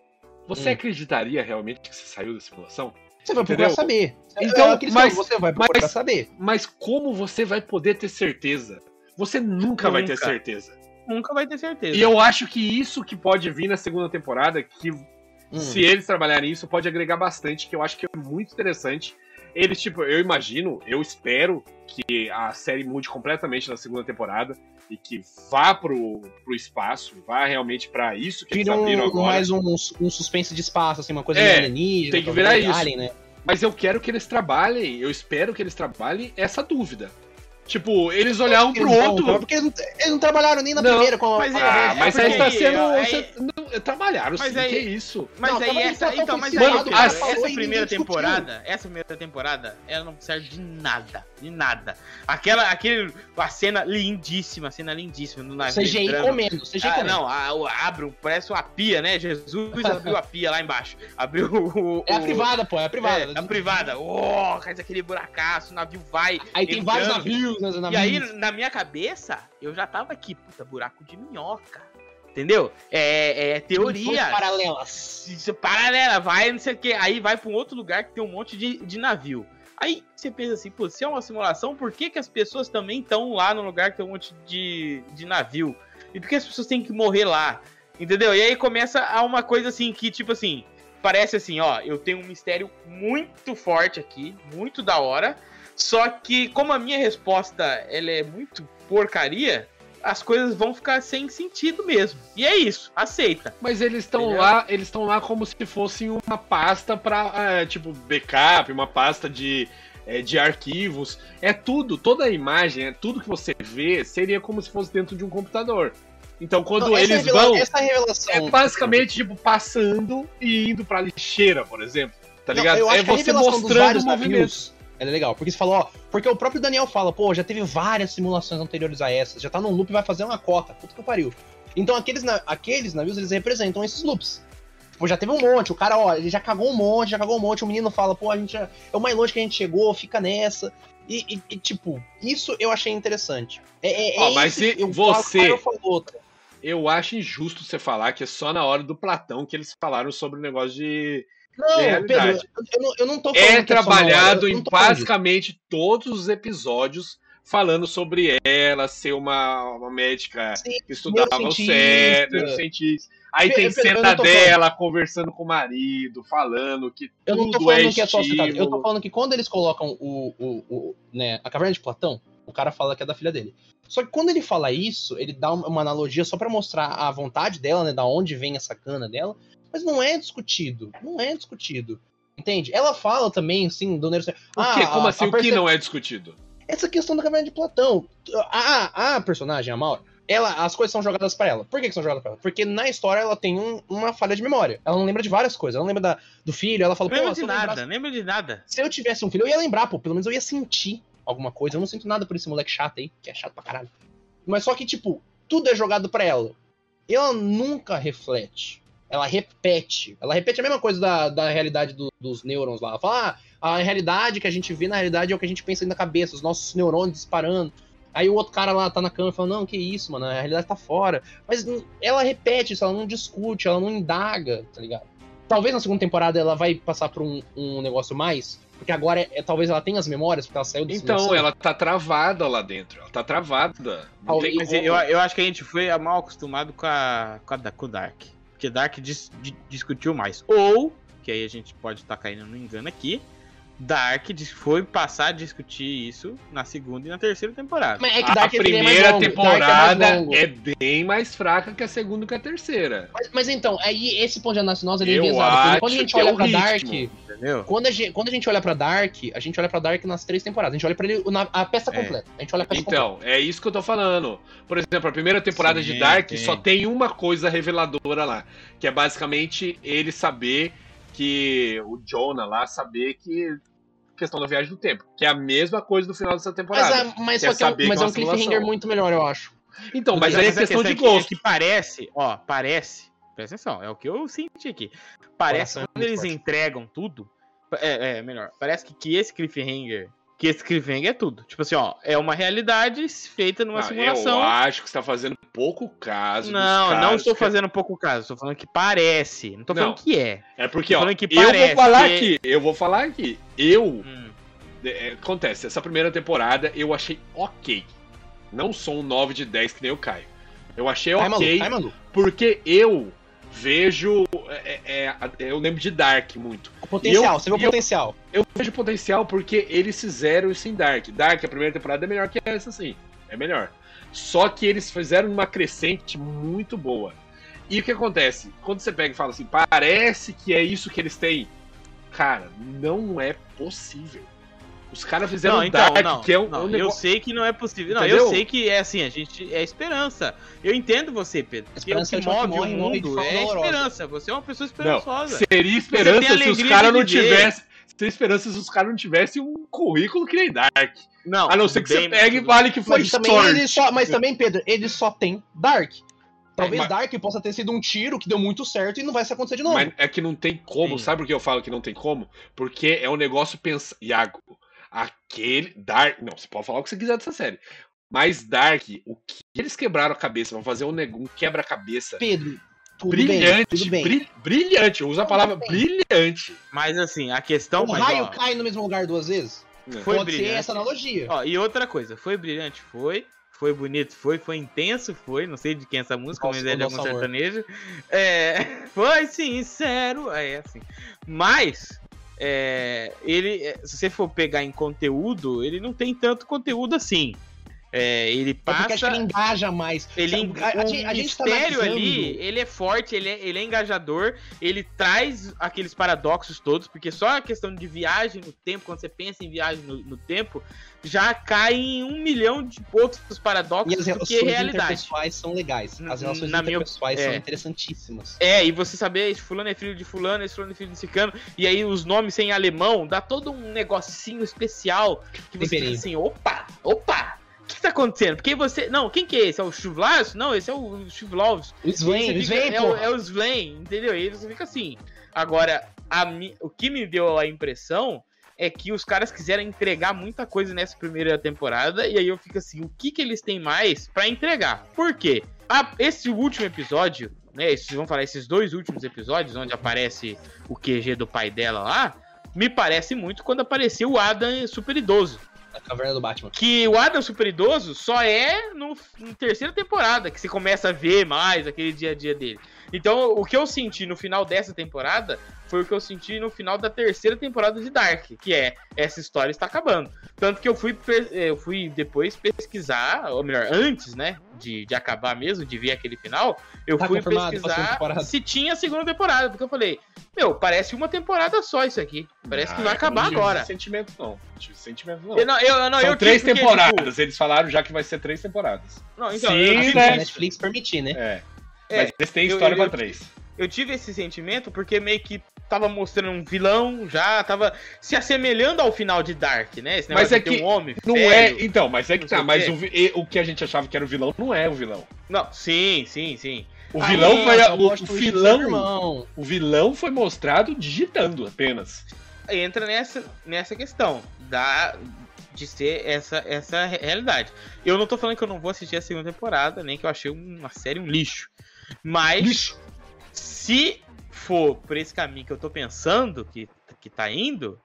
S2: Você
S3: Hum.
S2: acreditaria realmente que você saiu da simulação?
S3: Você vai
S2: Entendeu?
S3: procurar saber.
S2: Então,
S3: É aquele
S2: mas-
S3: esquema, você vai procurar
S2: mas-
S3: saber.
S2: Mas como você vai poder ter certeza? Você nunca, vai ter
S1: Nunca.
S2: certeza.
S1: Nunca vai ter certeza.
S2: E eu acho que isso que pode vir na segunda temporada, que
S3: Hum.
S2: se eles trabalharem isso, pode agregar bastante, que eu acho que é muito interessante. Eles, tipo, eu imagino, eu espero que a série mude completamente na segunda temporada e que vá pro, pro espaço, vá realmente pra isso que eles
S3: Vira um-
S2: abriram agora.
S3: mais um, um suspense de espaço, assim, uma coisa
S2: É,
S3: meio alienígena.
S2: tem que
S3: talvez,
S2: virar isso.
S3: Alien, né?
S2: Mas eu quero que eles trabalhem, eu espero que eles trabalhem essa dúvida. Tipo, eles olhar um pro
S3: Eles vão,
S2: outro.
S3: Porque eles não, eles não trabalharam nem na
S2: Não,
S3: primeira com a.
S1: mas
S3: com a-
S2: Ah,
S1: É,
S2: mas
S1: porque
S2: aí está
S1: aí,
S2: sendo.
S1: ó, aí-
S2: você- não, trabalharam,
S1: Mas
S2: sim,
S1: aí-
S2: que isso.
S1: Mas
S3: Não,
S1: aí
S3: tava ali
S1: essa,
S3: só
S1: então, mas aí,
S3: confirmado,
S1: cara,
S2: cara,
S1: essa
S3: falou e
S1: primeira
S3: ninguém discutiu.
S1: temporada, essa primeira temporada, ela não serve de nada, de nada. Aquela, aquele, a cena lindíssima, a cena lindíssima do navio
S3: CGI
S1: entrando.
S3: comendo, CGI
S2: É,
S1: Ah,
S3: comendo.
S1: não, a, o- abre, um- parece uma pia, né? Jesus abriu a pia lá embaixo. Abriu o. o-
S3: É a privada, pô, é a privada.
S1: É, a privada. Oh, faz aquele buracaço, o navio vai.
S3: Aí tem
S1: entrando.
S3: vários navios, né, navios.
S1: E aí, na minha cabeça, eu já tava aqui, puta, buraco de minhoca. Entendeu? É, é teoria.
S3: Funções paralelas.
S1: Isso, paralela, vai, não sei o que. Aí vai pra um outro lugar que tem um monte de, de navio. Aí você pensa assim, pô, se é uma simulação, por que, que as pessoas também estão lá no lugar que tem um monte de, de navio? E por que as pessoas têm que morrer lá? Entendeu? E aí começa a uma coisa assim que, tipo assim, parece assim, ó, eu tenho um mistério muito forte aqui, muito da hora. Só que, como a minha resposta ela é muito porcaria, as coisas vão ficar sem sentido mesmo. E é isso, aceita.
S2: Mas eles estão
S1: Entendeu?
S2: lá, eles estão lá como se fossem uma pasta para tipo backup, uma pasta de, eh, de arquivos. É tudo, toda a imagem, é tudo que você vê seria como se fosse dentro de um computador. Então quando
S3: Não, essa é
S2: eles
S3: revela-
S2: vão,
S3: Essa revelação.
S2: é basicamente tipo passando e indo pra lixeira, por exemplo. Tá
S3: Não,
S2: ligado?
S3: eu acho
S2: é
S3: que a
S2: você
S3: revelação dos
S2: mostrando
S3: vários
S2: o movimento.
S3: navios Ela é legal. Porque você fala, ó, porque o próprio Daniel fala, pô, já teve várias simulações anteriores a essas, já tá num loop e vai fazer uma cota. Puta que pariu. Então aqueles, na- aqueles navios, eles representam esses loops. Tipo, já teve um monte, o cara, ó, ele já cagou um monte, já cagou um monte, o menino fala, pô, a gente já, é o mais longe que a gente chegou, fica nessa. E, e- e, tipo, isso eu achei interessante. É, é,
S2: Ó,
S3: é
S2: mas
S3: isso
S2: se
S3: que eu
S2: você-
S3: falo, cara, eu falo outra.
S2: Eu acho injusto você falar que é só na hora do Platão que eles falaram sobre o negócio de.
S3: Não,
S2: É
S3: Pedro, eu,
S2: verdade.
S3: eu não, eu não tô
S2: É
S3: que só na hora,
S2: trabalhado
S3: eu
S2: em
S3: não tô falando disso.
S2: basicamente todos os episódios falando sobre ela ser uma, uma médica
S3: Sim,
S2: que estudava o
S3: neurocientista.
S2: cérebro, neurocientista. Aí
S3: Pe-
S2: tem
S3: Pedro, eu não
S2: cena
S3: tô falando.
S2: dela conversando com o marido, falando que
S3: Eu não tô
S2: Tudo é
S3: falando que é só
S2: estímulo.
S3: citado. Eu tô falando que quando eles colocam o, o, o- né, a caverna de Platão, o cara fala que é da filha dele. Só que quando ele fala isso, ele dá uma uma analogia só pra mostrar a vontade dela, né, da onde vem essa cana dela, mas não é discutido, não é discutido. Entende? Ela fala também, sim, do neuro...
S2: O quê? Como assim? O que não é discutido?
S3: essa questão da caverna de Platão. A, a personagem, a Maura, ela, as coisas são jogadas pra ela. Por que, que são jogadas pra ela? Porque na história ela tem um- uma falha de memória. Ela não lembra de várias coisas. Ela não lembra da- do filho, ela fala,
S1: Não
S3: pô,
S1: lembro
S3: se
S1: de
S3: eu um lembrasse-
S1: nada, lembro de nada.
S3: se eu tivesse um filho, eu ia lembrar, pô. Pelo menos eu ia sentir alguma coisa. Eu não sinto nada por esse moleque chato aí, que é chato pra caralho. Mas só que, tipo, tudo é jogado pra ela. Ela nunca reflete. Ela repete. Ela repete a mesma coisa da, da realidade do- dos neurônios lá. Ela fala, ah, a realidade que a gente vê na realidade é o que a gente pensa aí na cabeça, os nossos neurônios disparando. Aí o outro cara lá tá na cama e fala, não, que isso, mano, a realidade tá fora. Mas hum, ela repete isso, ela não discute, ela não indaga, tá ligado? Talvez na segunda temporada ela vai passar por um, um negócio mais, porque agora é, é- talvez ela tenha as memórias, porque ela saiu do
S2: Então,
S3: simulação.
S2: ela tá travada lá dentro. Ela tá travada. Não
S3: Talvez-
S2: tem
S1: Mas
S2: como.
S1: eu, eu acho que a gente foi mal acostumado com, a, com, a- com o Dark. Porque Dark dis- di- discutiu mais. Ou, que aí a gente pode estar caindo no engano aqui, Dark dis- foi passar a discutir isso na segunda e na terceira temporada.
S3: Mas é que
S2: A
S3: Dark ele é mais
S2: primeira
S3: longo, Dark
S2: temporada
S3: é mais longo.
S2: é bem mais fraca que a segunda e que a terceira.
S3: Mas, mas então, aí esse ponto de análise nossa ele é
S2: Eu
S3: enviesado. porque Quando a
S2: acho
S3: gente
S2: que é
S3: olha
S2: o
S3: pra
S2: ritmo.
S3: Dark,
S1: Entendeu?
S3: Quando a, gente, quando a gente olha pra Dark, a gente olha pra Dark nas três temporadas. A gente olha pra ele na, a peça
S1: É.
S3: completa. A gente olha a peça completa.
S2: Então, é isso que eu tô falando. Por exemplo, a primeira temporada
S1: Sim,
S2: de Dark
S1: sim.
S2: só tem uma coisa reveladora lá, que é basicamente ele saber que o Jonah lá saber que questão da viagem do tempo, que é a mesma coisa do final dessa temporada.
S3: Mas, a- mas,
S2: Quer
S3: só que é,
S2: saber
S3: um- mas
S2: que é
S3: é um
S2: uma simulação.
S3: cliffhanger muito melhor, eu acho.
S2: Então, mas aí é
S1: a
S2: questão
S1: é
S2: de
S1: que- é
S2: gosto.
S1: que parece, ó, parece. Presta atenção, é o que eu senti aqui. Parece
S3: Coração é
S1: quando
S3: muito
S1: eles
S3: forte.
S1: entregam tudo. É, é, melhor. Parece que, que esse cliffhanger. Que esse cliffhanger é tudo. Tipo assim, ó, é uma realidade feita numa
S2: Não,
S1: simulação.
S2: Eu acho que você tá fazendo pouco caso. dos
S1: Não, não
S2: caras
S1: estou
S2: que-
S1: fazendo pouco caso, estou falando que parece. Não estou
S2: Não.
S1: falando que é.
S2: É porque,
S1: Tô
S2: ó,
S1: falando que
S2: eu
S1: parece
S2: vou falar
S1: que-
S2: aqui, eu vou falar aqui. Eu, é, acontece, essa primeira temporada eu achei ok. Não sou um 9 de 10 que nem o Caio. Eu achei ok,
S3: Cai Tá maluco, cai maluco.
S2: porque eu vejo. é, é, é, eu lembro de Dark muito.
S3: O potencial,
S2: E eu-
S3: você vê o
S2: e eu-
S3: potencial.
S2: Eu vejo potencial porque eles fizeram isso em Dark. Dark, a primeira temporada é melhor que essa, sim. É melhor. Só que eles fizeram uma crescente muito boa. E o que acontece? Quando você pega e fala assim, parece que é isso que eles têm. Cara, não é possível. Os caras fizeram
S1: Não, então,
S2: Dark,
S1: não,
S2: que é um,
S1: não,
S2: um
S1: Eu
S2: negócio.
S1: sei que não é possível. Não, eu
S2: Entendeu?
S1: sei que é assim, a gente. É esperança. Eu entendo você, Pedro. Porque o
S3: Esperança é
S1: que
S3: o último
S1: move
S3: que
S1: o
S3: morre, morre de
S1: mundo
S3: forma
S1: é
S3: dolorosa.
S1: esperança. Você é uma pessoa
S2: Não,
S1: esperançosa.
S2: seria
S1: Você
S2: esperança
S1: tem
S2: se os
S1: alegria
S2: caras
S1: de
S2: não
S1: viver.
S2: tivessem. Seria esperança se os caras não tivessem um currículo que nem Dark.
S1: Não,
S2: A não ser que
S1: tudo
S2: você
S1: bem,
S2: pegue e
S1: tudo
S2: fale que foi
S3: Mas também,
S2: Storm.
S3: ele só, mas também, Pedro, ele só tem Dark. Talvez
S2: mas-
S3: Dark possa ter sido um tiro que deu muito certo e não vai se acontecer de novo.
S2: Mas é que não tem como,
S1: Sim.
S2: sabe por que eu falo que não tem como? Porque é um negócio pensar. Iago, aquele. Dark. Não, você pode falar o que você quiser dessa série. Mas Dark, o que eles quebraram a cabeça pra fazer um, neg- um quebra-cabeça
S3: Pedro, tudo bem,
S2: brilhante.
S3: tudo bem.
S2: bri- brilhante, usa a palavra
S3: Tudo
S2: brilhante.
S1: Mas assim, a questão.
S3: um
S1: mas,
S3: raio
S1: ó,
S3: cai no mesmo lugar duas vezes?
S1: foi
S3: Pode
S1: brilhante.
S3: ser essa analogia.
S1: Ó, e outra coisa, foi brilhante? Foi. Foi bonito? Foi. Foi intenso? Foi. Não sei de quem é essa música,
S3: Nossa,
S1: mas é de
S3: o
S1: algum
S3: nosso amor.
S1: sertanejo. É, foi sincero. É assim. Mas. é, ele, é, se você for pegar em conteúdo, ele não tem tanto conteúdo assim. É, ele
S3: É porque acho que
S1: passa.
S3: ele engaja mais.
S1: Ele,
S3: A- a- a gente-
S1: o
S3: a gente tá
S1: mistério
S3: analisando-
S1: ali, ele é forte, ele é, ele é engajador, ele traz aqueles paradoxos todos, porque só a questão de viagem no tempo, quando você pensa em viagem no, no tempo, já cai em um milhão de outros
S3: E as
S1: paradoxos do
S3: relações
S1: que realidade.
S3: interpessoais são legais.
S1: Na-
S3: As relações
S1: na minha-
S3: interpessoais são
S1: é.
S3: interessantíssimas.
S1: É, e você saber, esse fulano é filho de fulano, esse fulano é filho de cicano, e aí os nomes sem alemão, dá todo um negocinho especial que você
S3: Temperinho.
S1: fica assim, opa, opa, o que, que tá acontecendo? Porque você. Não, quem que é esse? É o Chuvlas? Não, esse é o Chuvlovs.
S3: O Sven,
S1: Você fica-
S3: o Sven,
S1: é,
S3: pô.
S1: o, é o Sven, entendeu? E aí você fica assim. Agora, a mi- o que me deu a impressão é que os caras quiseram entregar muita coisa nessa primeira temporada, e aí eu fico assim, o que que eles têm mais pra entregar? Por quê? Ah, esse último episódio, né, esses, vamos falar, esses dois últimos episódios, onde aparece o QG do pai dela lá, me parece muito quando apareceu o Adam super idoso.
S3: A caverna do Batman.
S1: Que o Adam Super Idoso só é no, no terceira temporada que você começa a ver mais aquele dia a dia dele. Então, o que eu senti no final dessa temporada foi o que eu senti no final da terceira temporada de Dark, que é essa história está acabando. Tanto que eu fui, pe- eh, eu fui depois pesquisar, ou melhor, antes, né, de, de acabar mesmo, de ver aquele final, eu
S3: Tá
S1: fui
S3: confirmado pra segunda
S1: pesquisar
S3: temporada?
S1: se tinha segunda temporada, porque eu falei, meu, parece uma temporada só isso aqui. Parece
S2: Ah,
S1: que vai acabar agora.
S2: Não tive esse sentimento, não. Não tive esse sentimento, não.
S1: Eu, não, eu, não,
S2: São
S1: eu
S2: três
S1: tive porque,
S2: temporadas.
S1: tipo,
S2: Eles falaram já que vai ser três temporadas.
S1: não, então,
S2: Sim,
S1: eu
S3: Se
S1: tive
S2: né?
S3: a Netflix permitir, né?
S2: É.
S1: É,
S2: Mas eles têm
S1: eu-
S2: história
S1: eu-
S2: pra
S1: eu-
S2: três.
S1: eu tive esse sentimento porque meio que tava mostrando um vilão já, tava se assemelhando ao final de Dark, né? Esse
S2: Mas
S1: negócio
S2: é
S1: de ter
S2: que
S1: um homem.
S2: Não
S1: velho.
S2: é. Então, mas é que
S1: Não
S2: tá.
S1: sei o
S2: Mas
S1: quê.
S2: o, vi- e- o que a gente achava que era o vilão não é o vilão.
S1: Não, sim, sim, sim.
S2: O
S1: Ah,
S2: vilão
S1: não,
S2: foi.
S3: Nossa,
S2: a-
S3: eu
S2: o,
S3: gosto
S2: o
S3: do
S2: vilão.
S3: irmão.
S2: O vilão foi mostrado digitando apenas.
S1: Entra nessa, nessa questão da, de ser essa, essa re- realidade. Eu não tô falando que eu não vou assistir a segunda temporada, nem que eu achei uma série um lixo. Mas
S3: Lixo.
S1: se for por esse caminho que eu tô pensando que, que tá indo,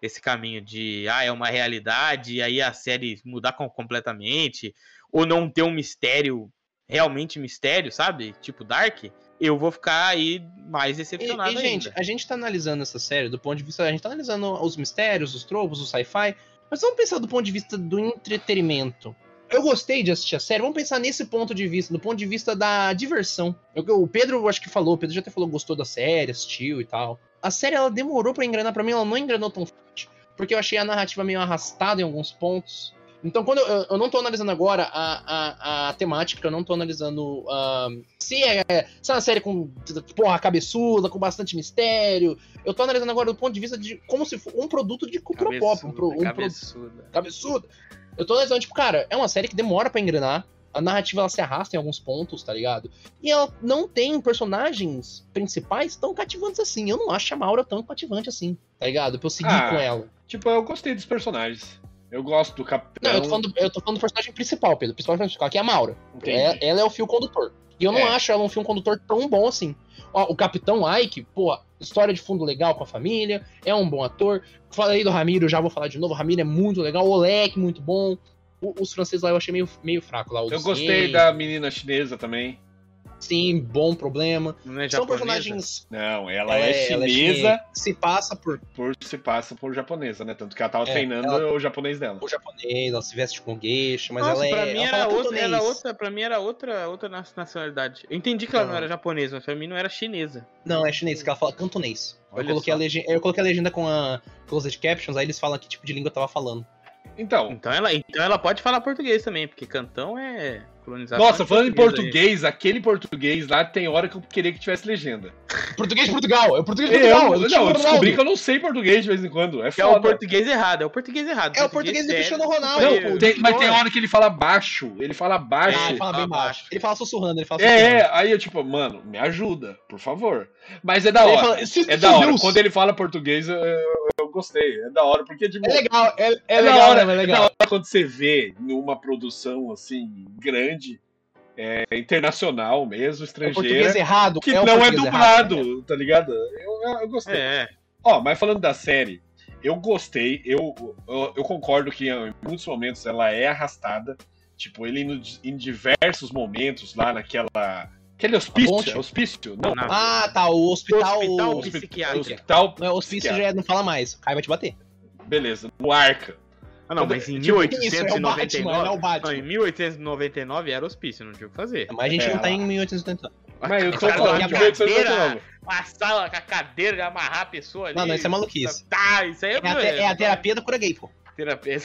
S1: esse caminho de ah, é uma realidade, e aí a série mudar com- completamente, ou não ter um mistério, realmente mistério, sabe? Tipo Dark, eu vou ficar aí mais
S3: E,
S1: decepcionado
S3: e, gente,
S1: ainda.
S3: a gente tá analisando essa série do ponto de vista. A gente tá analisando os mistérios, os tropos, o sci-fi. Mas vamos pensar do ponto de vista do entretenimento. Eu gostei de assistir a série, vamos pensar nesse ponto de vista, do ponto de vista da diversão. É o que O Pedro eu acho que falou, o Pedro já até falou, gostou da série, assistiu e tal. A série ela demorou pra engrenar pra mim, ela não engrenou tão forte, porque eu achei a narrativa meio arrastada em alguns pontos. Então, quando eu- eu, eu não tô analisando agora a, a, a temática, eu não tô analisando ah, se é se é uma série com, porra, cabeçuda, com bastante mistério. Eu tô analisando agora do ponto de vista de como se for um produto de cultura pop. Um, pro, um produto
S1: cabeçuda.
S3: cabeçuda. Eu tô analisando, tipo, cara, é uma série que demora pra engrenar. A narrativa ela se arrasta em alguns pontos, tá ligado? E ela não tem personagens principais tão cativantes assim. Eu não acho a Maura tão cativante assim, tá ligado? Pra eu seguir
S2: Ah,
S3: com ela.
S2: Tipo, eu gostei dos personagens. Eu gosto do
S3: Não,
S2: capitão.
S1: Então-
S3: eu, tô falando, eu tô falando do personagem principal, Pedro. O personagem principal aqui é a Maura.
S2: Entendi.
S3: É- ela é o fio condutor. E eu não
S2: É.
S3: acho ela um fio condutor tão bom assim. Ó, o Capitão Ike, pô, história de fundo legal com a família, é um bom ator. Falei do Ramiro, já vou falar de novo. O Ramiro é muito legal. O Olek, muito bom. O- os franceses lá eu achei meio, meio fraco lá. O
S2: Eu
S3: Lucien,
S2: gostei da menina chinesa também.
S3: Sim, bom problema.
S1: Não é
S3: São
S1: japonesa?
S3: personagens.
S2: Não, ela, é, chinesa,
S3: Se passa por
S2: por se passa por japonesa, né? Tanto que ela tava
S3: É,
S2: treinando
S3: ela-
S2: o japonês dela.
S3: por japonês, ela se veste com geisha, mas
S1: Nossa,
S3: ela é.
S1: pra mim
S3: ela
S1: era
S3: fala
S1: outra, era
S3: cantonês.
S1: outra, pra mim era outra, outra nas- nacionalidade. Eu entendi que ela não
S3: Não.
S1: era japonesa, mas pra mim não era chinesa.
S3: Não, é chinês, que ela fala cantonês.
S1: Olha
S3: eu, coloquei
S1: só.
S3: a legenda, eu coloquei a legenda com a Closed Captions, aí eles falam que tipo de língua eu tava falando.
S2: Então,
S1: Então ela, então ela pode falar português também, porque cantão é colonizado.
S2: nossa, falando em
S1: aí.
S2: português, aquele português lá tem hora que eu queria que tivesse legenda.
S3: Português de Portugal, é o português de
S2: Eu, não,
S3: Portugal. é do
S2: eu
S3: Cristiano
S2: descobri
S3: Ronaldo.
S2: que eu não sei português de vez em quando. É
S1: Que é o
S2: foda.
S1: português errado, é o português errado.
S3: É o português do
S1: sério.
S3: Cristiano Ronaldo,
S1: Desculpa aí,
S2: Não, tem- mas tem
S3: Portugal.
S2: hora que ele fala baixo. Ele fala baixo.
S3: Ah, ele fala bem
S1: Abaixo.
S3: baixo. Ele fala sussurrando, ele fala
S2: É,
S3: sussurrando.
S2: é, aí eu tipo, mano, me ajuda, por favor. Mas é da
S3: Ele
S2: hora.
S3: fala, "Sim,
S2: É
S3: sim,
S2: da hora.
S3: Deus."
S2: Quando ele fala português, eu, eu- eu gostei. É da hora, porque tipo,
S3: É legal, é, é,
S2: É da
S3: legal,
S2: hora,
S3: né, é
S2: da
S3: legal.
S2: hora quando você vê numa produção assim grande, é, internacional mesmo,
S3: É o português
S2: estrangeira,
S3: errado.
S2: que
S3: é o
S2: não é
S3: português
S2: dublado,
S3: errado. né?
S2: tá ligado? Eu, eu- eu gostei.
S1: É,
S2: Ó, mas falando da série, eu gostei, eu, eu, eu concordo que em muitos momentos ela é arrastada, tipo, ele indo de- em diversos momentos lá naquela aquele
S3: A
S2: hospício,
S3: ponte?
S2: é hospício, não,
S1: Na-
S3: Ah, tá, o hospital...
S1: Hospital
S3: o-
S1: de- psiquiátrico.
S2: hospital,
S3: Não, é, o hospício
S2: psiquiátrico.
S3: já é- não fala mais, o Caio vai te bater.
S2: beleza, no Arca.
S1: Ah, não, mas em
S5: Tipo, Isso, é o Batman,
S1: 1899.
S5: ele é o
S1: não,
S5: Batman.
S1: em 1899 era hospício, não tinha o que fazer.
S3: Mas a gente
S2: É,
S3: não tá
S2: lá.
S3: em 1889.
S2: Mas eu tô
S1: Cara,
S2: falando
S1: a
S2: de
S1: cadeira,
S2: 1899.
S1: a sala com a cadeira, de amarrar a pessoa ali.
S3: Não, não, isso é maluquice.
S1: Tá, isso aí é,
S3: É a, te- é a terapia da cura gay, pô.
S1: terapia.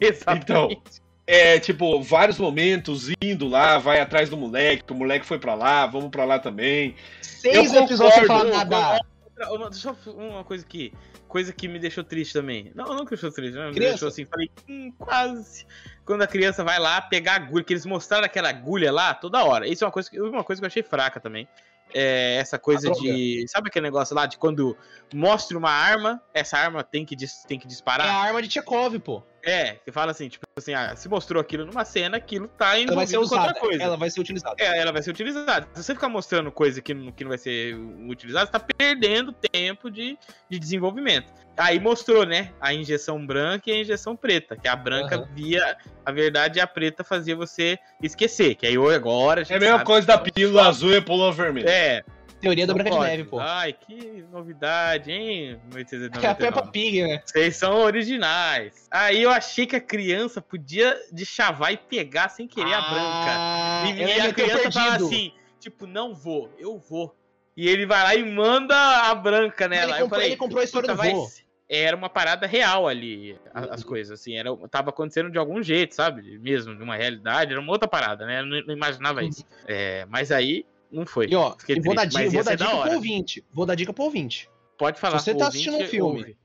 S1: Exatamente.
S2: Então, é tipo, vários momentos indo lá, vai atrás do moleque, o moleque foi pra lá, vamos pra lá também.
S3: Seis
S2: Eu
S3: episódios sem falar
S2: concordo,
S3: nada.
S1: Outra- Uma, só uma coisa que. Coisa que me deixou triste também. Não, não que me deixou triste, não, me
S3: Criança.
S1: deixou assim, falei, hum, quase. Quando a criança vai lá pegar a agulha, que eles mostraram aquela agulha lá toda hora. Isso é uma coisa que, uma coisa que eu achei fraca também. É essa coisa
S5: A droga.
S1: de. Sabe aquele negócio lá de quando mostra uma arma, essa arma tem que, dis- tem que
S3: É a
S1: disparar?
S3: arma de Chekhov, pô.
S1: É, você fala assim, tipo assim, ah, se mostrou aquilo numa cena, aquilo tá
S3: Ela vai ser
S1: envolvido com outra
S3: usada.
S1: coisa.
S3: Ela vai ser utilizada.
S1: É, ela vai ser utilizada. Se você ficar mostrando coisa que não, que não vai ser utilizada, você tá perdendo tempo de, de desenvolvimento. Aí mostrou, né? A injeção branca e a injeção preta. Que a branca
S3: Aham.
S1: via a verdade e a preta fazia você esquecer. Que aí hoje, agora.
S2: É a mesma coisa da pílula azul e a pílula vermelha.
S1: É.
S3: Teoria da
S1: não
S3: Branca
S1: pode.
S3: de Neve, pô.
S1: Ai, que novidade, hein?
S3: Que é a Peppa
S1: 1899.
S3: Pig, né?
S1: Vocês são originais. Aí eu achei que a criança podia deschavar e pegar sem querer a branca.
S3: Ah,
S1: E,
S3: ela
S1: e a
S3: meteu
S1: criança fala
S3: perdido.
S1: assim, tipo, não vou, eu vou. E ele vai lá e manda a branca
S3: Ele,
S1: nela.
S3: comprou,
S1: eu falei,
S3: ele comprou a história
S1: "Puta,
S3: do
S1: vai
S3: vô. Uhum.
S1: ser." Era uma parada real ali, a- as coisas, assim. Era, tava acontecendo de algum jeito, sabe? Mesmo, de uma realidade, era uma outra parada, né? Eu não, não imaginava
S3: Uhum.
S1: isso. É, mas aí, não foi.
S3: E ó,
S1: Fiquei
S3: e vou dar
S1: triste,
S3: dica,
S1: mas ia
S3: vou dar
S1: ser da
S3: dica pro
S1: hora.
S3: ouvinte. Vou dar dica pro ouvinte.
S1: Pode falar.
S3: você
S1: pro
S3: tá
S1: ouvinte,
S3: assistindo um filme,
S1: ouve.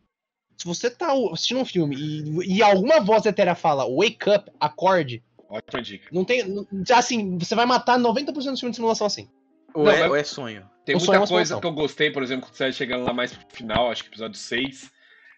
S3: Se você tá o- assistindo um filme e, e alguma voz etérea fala wake up, acorde,
S2: Ótima dica.
S3: não tem. não- assim, você vai matar 90% dos filmes de simulação assim.
S1: Ou,
S2: Não,
S1: é,
S2: mas-
S1: ou é sonho.
S2: Tem
S3: Eu sou
S2: muita
S3: uma
S2: coisa
S3: solução.
S2: que eu gostei, por exemplo, quando você vai chegando lá mais pro final, acho que episódio 6,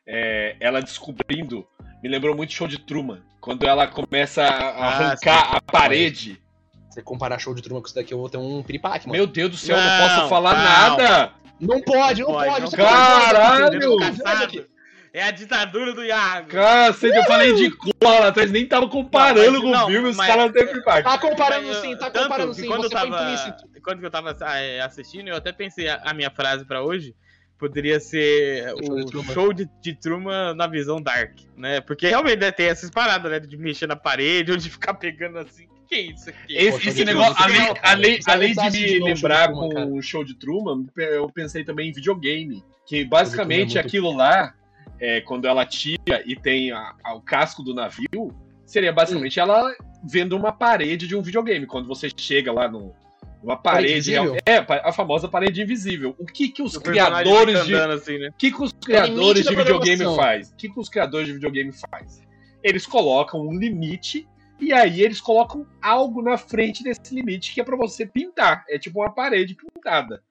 S2: é, ela descobrindo, me lembrou muito show de Truman. Quando ela começa a
S1: Ah,
S2: arrancar a parede.
S3: Você comparar show de Truman com isso daqui, eu vou ter um piripaque, mano.
S2: Meu Deus do céu, eu
S1: Não,
S2: não posso falar
S1: não.
S2: nada!
S3: Não pode, não
S1: Não pode,
S3: pode.
S1: não
S3: você
S2: pode.
S3: tá-
S2: Caralho!
S1: Caçado. É a ditadura do Iago.
S2: Cacete, eu falei de cola atrás, nem tava comparando
S1: Não, mas-
S2: com
S1: não,
S2: o filme, os
S1: mas-
S2: caras não têm free
S3: Tá comparando
S1: Mas, uh, ah,
S3: sim, tá
S1: tanto
S3: comparando
S1: que
S3: sim.
S1: Quando
S3: Você
S1: eu
S3: foi
S1: tava,
S3: implícito.
S1: quando eu tava é, assistindo, eu até pensei, a, a minha frase pra hoje poderia ser
S3: O show de
S1: o
S3: Truman.
S1: show de, de Truman na visão Dark, né? Porque realmente né, tem essas paradas, né? De mexer na parede, ou de ficar pegando assim. Que é isso aqui?
S2: Esse,
S3: Poxa,
S2: esse
S1: que
S2: negócio,
S1: cruel,
S2: além,
S3: cara.
S2: além,
S3: Isso é
S2: além de
S3: fantástico de
S2: me
S3: novo,
S2: lembrar
S3: show de Truman,
S2: com o show de Truman, eu pensei também em videogame. Que basicamente
S3: Show de
S2: aquilo lá, é, quando ela tira e tem a- a- o casco do navio, seria basicamente
S3: Hum.
S2: ela vendo uma parede de um videogame. Quando você chega lá no, numa parede.
S3: Parede
S2: real-
S3: invisível?
S2: é, pa- a famosa parede invisível. O que, que os
S1: O personagem
S2: criadores
S1: fica
S2: de.
S1: andando assim, né?
S2: O que, que os
S3: limite
S2: criadores
S3: da
S2: de videogame
S3: programação.
S2: faz? O que, que os criadores de videogame faz? Eles colocam um limite e aí eles colocam algo na frente desse limite que é pra você pintar. É tipo uma parede pintada.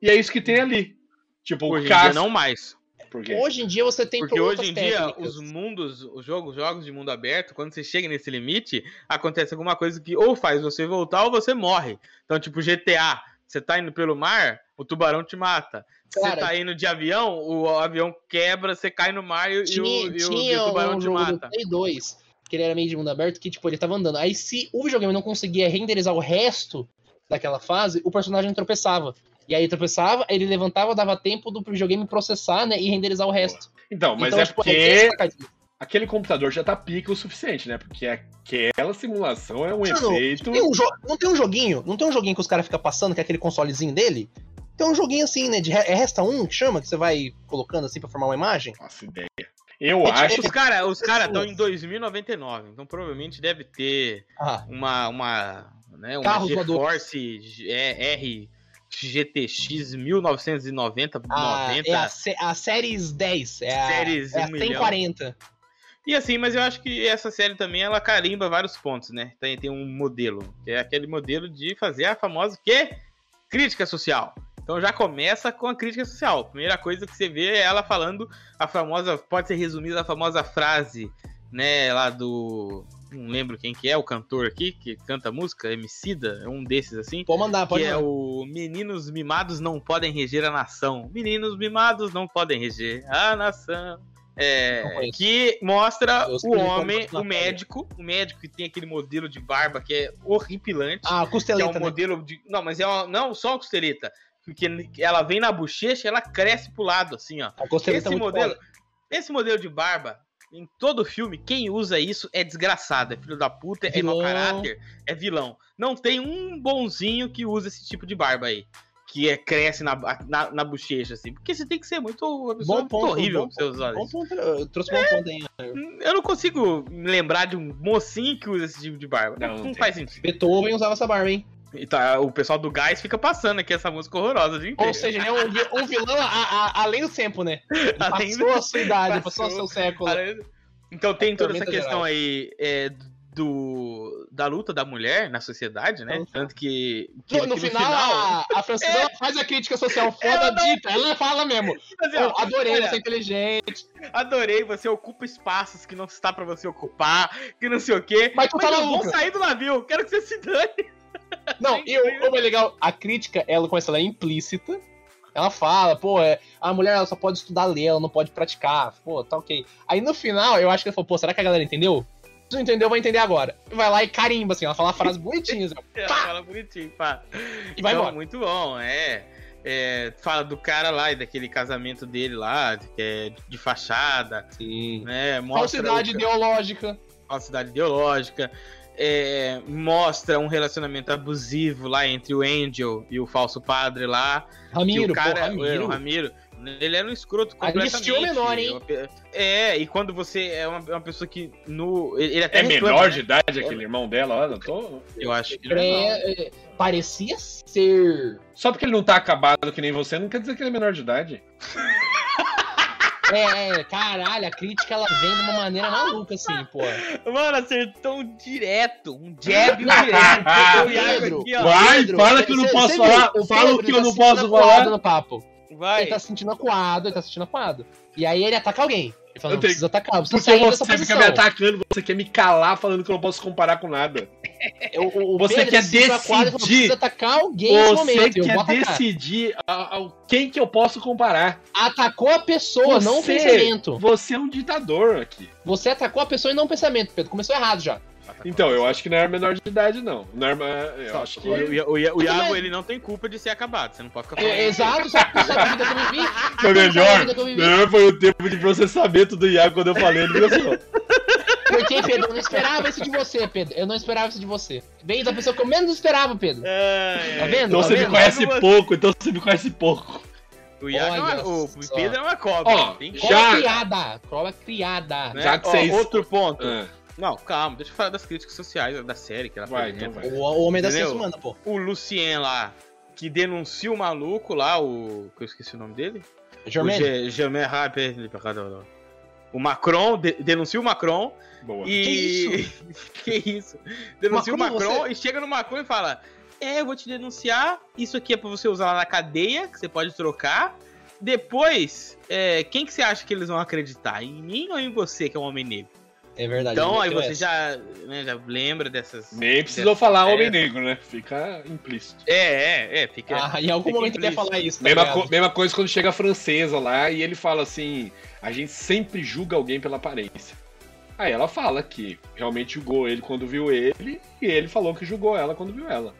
S2: E é isso que tem ali. Tipo,
S1: Hoje
S2: o
S1: em dia
S2: casco.
S1: não mais.
S2: Porque...
S3: Hoje em dia você tem
S1: Porque
S3: outras
S1: hoje em dia,
S3: técnicas.
S1: os mundos, os jogos, jogos de mundo aberto, quando você chega nesse limite, acontece alguma coisa que ou faz você voltar ou você morre. Então, tipo, GTA, você tá indo pelo mar, o tubarão te mata. Se Você
S3: Cara.
S1: tá indo de avião, o avião quebra, você cai no mar e, e o,
S3: Tinha,
S1: e o- e
S3: tinha
S1: o tubarão
S3: um
S1: te
S3: jogo do
S1: mata.
S3: Play 2, que ele era meio de mundo aberto, que tipo, ele tava andando. Aí se o videogame não conseguia renderizar o resto daquela fase, o personagem tropeçava. E aí tropeçava, ele levantava, dava tempo do videogame processar, né, e renderizar o resto.
S2: Então, mas
S3: Então,
S2: é
S3: tipo,
S2: porque
S3: tem essa sacadinha.
S2: aquele computador já tá pica o suficiente, né? Porque aquela simulação é um
S3: Mano,
S2: efeito.
S3: Tem um jo- não tem um joguinho, não tem um joguinho que os caras ficam passando, que é aquele consolezinho dele? Tem um joguinho assim, né, de re- é resta um que chama, que você vai colocando assim pra formar uma imagem?
S2: Nossa ideia. Eu
S3: É tipo-
S2: acho.
S1: Os caras os cara estão em 2099, então provavelmente deve ter
S3: Ah,
S1: uma, uma, né, uma
S3: Carros
S1: GeForce G- é, R GTX 1990
S3: a,
S1: 90.
S3: é a, sé- a Séries 10, é a,
S1: Séries
S3: é a
S1: um milhão.
S3: 140.
S1: E assim, mas eu acho que essa série também ela carimba vários pontos, né? Tem, tem um modelo, que é aquele modelo de fazer a famosa que crítica social. Então já começa com a crítica social. A primeira coisa que você vê é ela falando a famosa, pode ser resumida a famosa frase, né, lá do não lembro quem que é o cantor aqui que canta música, Emicida, é um desses assim.
S3: Pode mandar, Ah, pode
S1: que é
S3: mandar.
S1: o Meninos mimados não podem reger a nação. Meninos mimados não podem reger a nação. É,
S3: Não conheço.
S1: que mostra
S3: Eu sei
S1: o
S3: que ele
S1: homem,
S3: pode
S1: o
S3: matar,
S1: médico, o médico que tem aquele modelo de barba que é horripilante.
S3: Ah,
S1: que é um
S3: costeleta, né?
S1: modelo de. Não, mas é uma, não só a costeleta. Porque ela vem na bochecha e ela cresce pro lado, assim, ó.
S3: A costeleta é
S1: Esse
S3: muito
S1: modelo,
S3: foda.
S1: esse modelo de barba Em todo filme, quem usa isso é desgraçado, é filho da puta, é mau
S3: Vilão.
S1: caráter, é vilão. Não tem um bonzinho que usa esse tipo de barba aí. Que é, cresce na, na, na bochecha, assim. Porque você tem que ser muito. uma pessoa muito
S3: ponto,
S1: horrível
S3: bom
S1: pra você usar
S3: Bom
S1: isso.
S3: ponto, eu trouxe um bom ponto aí.
S1: Eu não consigo me lembrar de um mocinho que usa esse tipo de barba.
S2: Não,
S1: Não,
S2: não tem.
S1: faz sentido.
S3: Beethoven usava essa barba, hein?
S1: E tá, o pessoal do gás fica passando aqui essa música horrorosa o dia
S3: Ou
S1: inteiro.
S3: seja, ele é um, vi- um vilão a- a- além do tempo, né? Ele
S1: Além
S3: passou
S1: do-
S3: a sua idade,
S1: passou.
S3: passou, o seu século.
S1: Cara, Então tem toda essa
S3: Tormenta
S1: questão
S3: geral.
S1: aí é, do, da luta da mulher na sociedade, né?
S3: Luta.
S1: Tanto que, que
S3: No,
S1: que
S3: no final, a, a Francisca faz a crítica social foda
S1: Ela É. não-
S3: dita. Ela fala mesmo.
S1: Mas, ó,
S3: "Oh, adorei,
S1: olha,
S3: você é inteligente.
S1: Adorei, você ocupa espaços que não está pra você ocupar, que não sei o quê.
S3: Mas tu tá
S1: eu
S3: na
S1: vou
S3: nuca.
S1: sair do navio, quero que você se dane.
S3: Não, e o como é legal, a crítica, ela começa, ela é implícita. Ela fala, pô, é, a mulher ela só pode estudar ler, ela não pode praticar. Pô, tá ok. Aí no final, eu acho que ela falou, pô, será que a galera entendeu? Se não entendeu, vai entender agora. Vai lá e carimba, assim, ela fala frases bonitinhas. né?
S1: Ela fala bonitinho, pá.
S3: E vai
S1: Então,
S3: embora.
S1: Muito bom, é. É, Fala do cara lá e daquele casamento dele lá, que é de fachada,
S3: Sim.
S1: né? Mostra o
S3: Falsidade
S1: ca-
S3: ideológica.
S1: falsidade ideológica, é, mostra um relacionamento abusivo lá entre o Angel e o falso padre lá. que
S3: Ramiro,
S1: o cara,
S3: pô,
S1: é, o
S3: Ramiro.
S1: Ramiro, ele era um escroto completamente.
S3: Anistia o menor, hein?
S1: É, e quando você é uma, uma pessoa que no ele ele até
S2: É
S1: reclama,
S2: menor
S1: né?
S2: de idade aquele irmão dela, olha, eu tô...
S1: eu acho. que ele é menor.
S3: É, é, parecia ser.
S2: Só porque ele não tá acabado que nem você, não quer dizer que ele é menor de idade.
S3: É, é, caralho, a crítica ela vem de uma maneira maluca, assim, pô.
S1: Mano, acertou um direto, um jab direto.
S2: Ah,
S1: Eu e Iago
S3: Pedro,
S1: aqui, ó.
S2: Vai,
S3: Pedro,
S2: fala que eu não
S3: cê-
S2: posso
S3: cê
S2: falar,
S3: viu?
S2: fala o
S3: Pedro,
S2: que eu não
S3: ele tá sentindo
S2: posso
S3: acuado
S2: falar.
S3: no papo.
S1: Vai.
S3: Ele tá se sentindo acuado, ele tá se sentindo acuado. E aí ele ataca alguém. Ele fala,
S2: Eu tenho-
S3: não precisa atacar, eu preciso
S2: Porque
S3: sair
S2: você
S3: dessa
S2: fica
S3: posição.
S2: me atacando, você quer me calar falando que eu não posso comparar com nada.
S3: Eu- o- o
S2: você
S3: Pedro
S2: quer
S3: se sente acuado, ele fala,
S2: decidir.
S3: precisa atacar alguém nesse
S2: Você
S3: momento. eu vou
S2: quer
S3: atacar.
S2: decidir a- a- quem que eu posso comparar.
S3: Atacou a pessoa, não o
S2: Você-
S3: pensamento.
S2: Você é um ditador aqui.
S3: Você atacou a pessoa e não o pensamento, Pedro. Começou errado já.
S2: Então, eu acho que não era menor de idade, não. não era, eu acho que...
S1: O, Ia- o Ia- o
S3: Tudo
S1: Iago
S3: bem.
S1: ele não tem culpa de ser acabado, você não pode ficar falando.
S3: É, exato, só que tu sabe a vida que eu
S2: Foi
S3: vivi. tu não sabe a
S2: é melhor,
S3: vida que eu vivi.
S2: melhor foi o tempo de processamento do Iago quando eu falei, ele pensou.
S3: Tá Porque, Pedro, eu não esperava isso de você, Pedro. Eu não esperava isso de você. Veio da pessoa que eu menos esperava, Pedro.
S1: É, é.
S3: Tá vendo?
S2: Então
S3: tá
S2: você me
S3: vendo?
S2: conhece
S1: Mas você-
S2: pouco, então você me conhece pouco.
S1: O Iago é uma-
S3: Olha
S1: o
S3: só.
S1: Pedro é uma cobra.
S2: Ó,
S1: tem que-
S2: já-
S3: Cobra criada. Cobra criada.
S1: né?
S2: já que
S1: Ó,
S2: vocês- Ah.
S1: Outro ponto. Não, calma, deixa eu falar das críticas sociais da série que ela
S2: Vai,
S1: apresenta.
S2: então vai.
S3: O, o homem da
S1: Entendeu?
S3: ciência humana, pô.
S1: O Lucien lá, que denuncia o maluco lá, o. que eu esqueci o nome dele.
S3: Germaine.
S1: O Ge- Germain ah, peraí, pra cada um. O Macron, de- denuncia o Macron
S2: Boa.
S1: e. Que isso? Denuncia
S3: Macron,
S1: o Macron e chega no Macron e fala: É, eu vou te denunciar, isso aqui é pra você usar lá na cadeia, que você pode trocar. Depois, é, quem que você acha que eles vão acreditar? Em mim ou em você, que é um homem negro?
S3: É verdade.
S1: Então, aí
S3: meteu
S1: você
S3: essa.
S1: já, né, já lembra dessas.
S2: Nem precisou falar
S1: É.
S2: homem negro, né? Fica implícito.
S1: É, é, é, fica.
S3: Ah, em algum
S1: Fica
S3: momento ele ia
S1: implícito.
S3: falar isso, tá
S2: Mesma,
S1: É.
S3: ligado?
S2: co- mesma coisa quando chega a francesa lá e ele fala assim: a gente sempre julga alguém pela aparência. Aí ela fala que realmente julgou ele quando viu ele, e ele falou que julgou ela quando viu ela.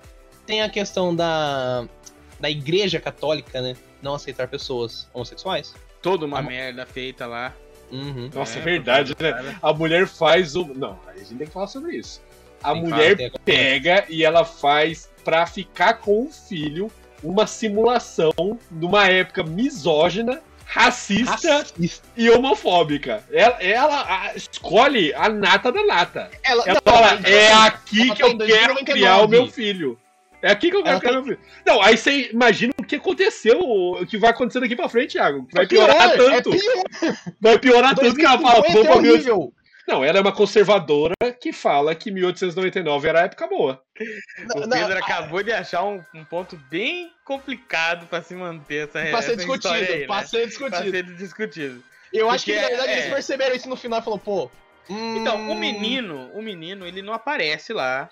S3: Tem a questão da, da igreja católica, né? Não aceitar pessoas homossexuais.
S1: Toda uma
S3: Ah,
S1: merda feita lá.
S3: Uhum.
S2: Nossa, é
S1: É,
S2: verdade, né?
S1: cara.
S2: A mulher faz o. Não, a gente tem que falar sobre isso. A
S1: Tem que
S2: mulher
S3: Tem a-
S2: pega e ela faz pra ficar com o filho uma simulação numa época misógina, racista
S3: Racista.
S2: e homofóbica. Ela, ela, a- escolhe a nata da nata.
S3: Ela,
S2: Ela
S3: não,
S2: fala,
S3: ela-
S2: é aqui
S3: ela
S2: que
S3: tá
S2: eu quero
S3: em 2099.
S2: criar o meu filho. É aqui que eu quero
S3: Ela
S2: criar o meu filho. Não, aí você imagina o que aconteceu, o que vai acontecer daqui pra frente, Thiago. que Vai
S3: é pior,
S2: piorar
S3: É
S2: tanto.
S3: pior.
S2: Vai piorar tanto que ela fala,
S3: 2050
S2: vou
S3: é
S2: pra mil...
S3: horrível.
S2: Não, ela é uma conservadora que fala que 1899 era a época boa.
S1: O
S3: Não,
S1: Pedro
S3: não,
S1: acabou de achar um, um ponto bem complicado pra se manter essa
S3: Pra ser
S1: é essa
S3: discutido,
S1: história aí, né?
S3: pra ser
S1: Pra
S3: discutido.
S1: ser discutido.
S3: Eu acho que,
S1: Porque
S3: na verdade,
S1: é-
S3: eles perceberam isso no final e falaram, pô... hum,
S1: Então, o menino, o menino, ele não aparece lá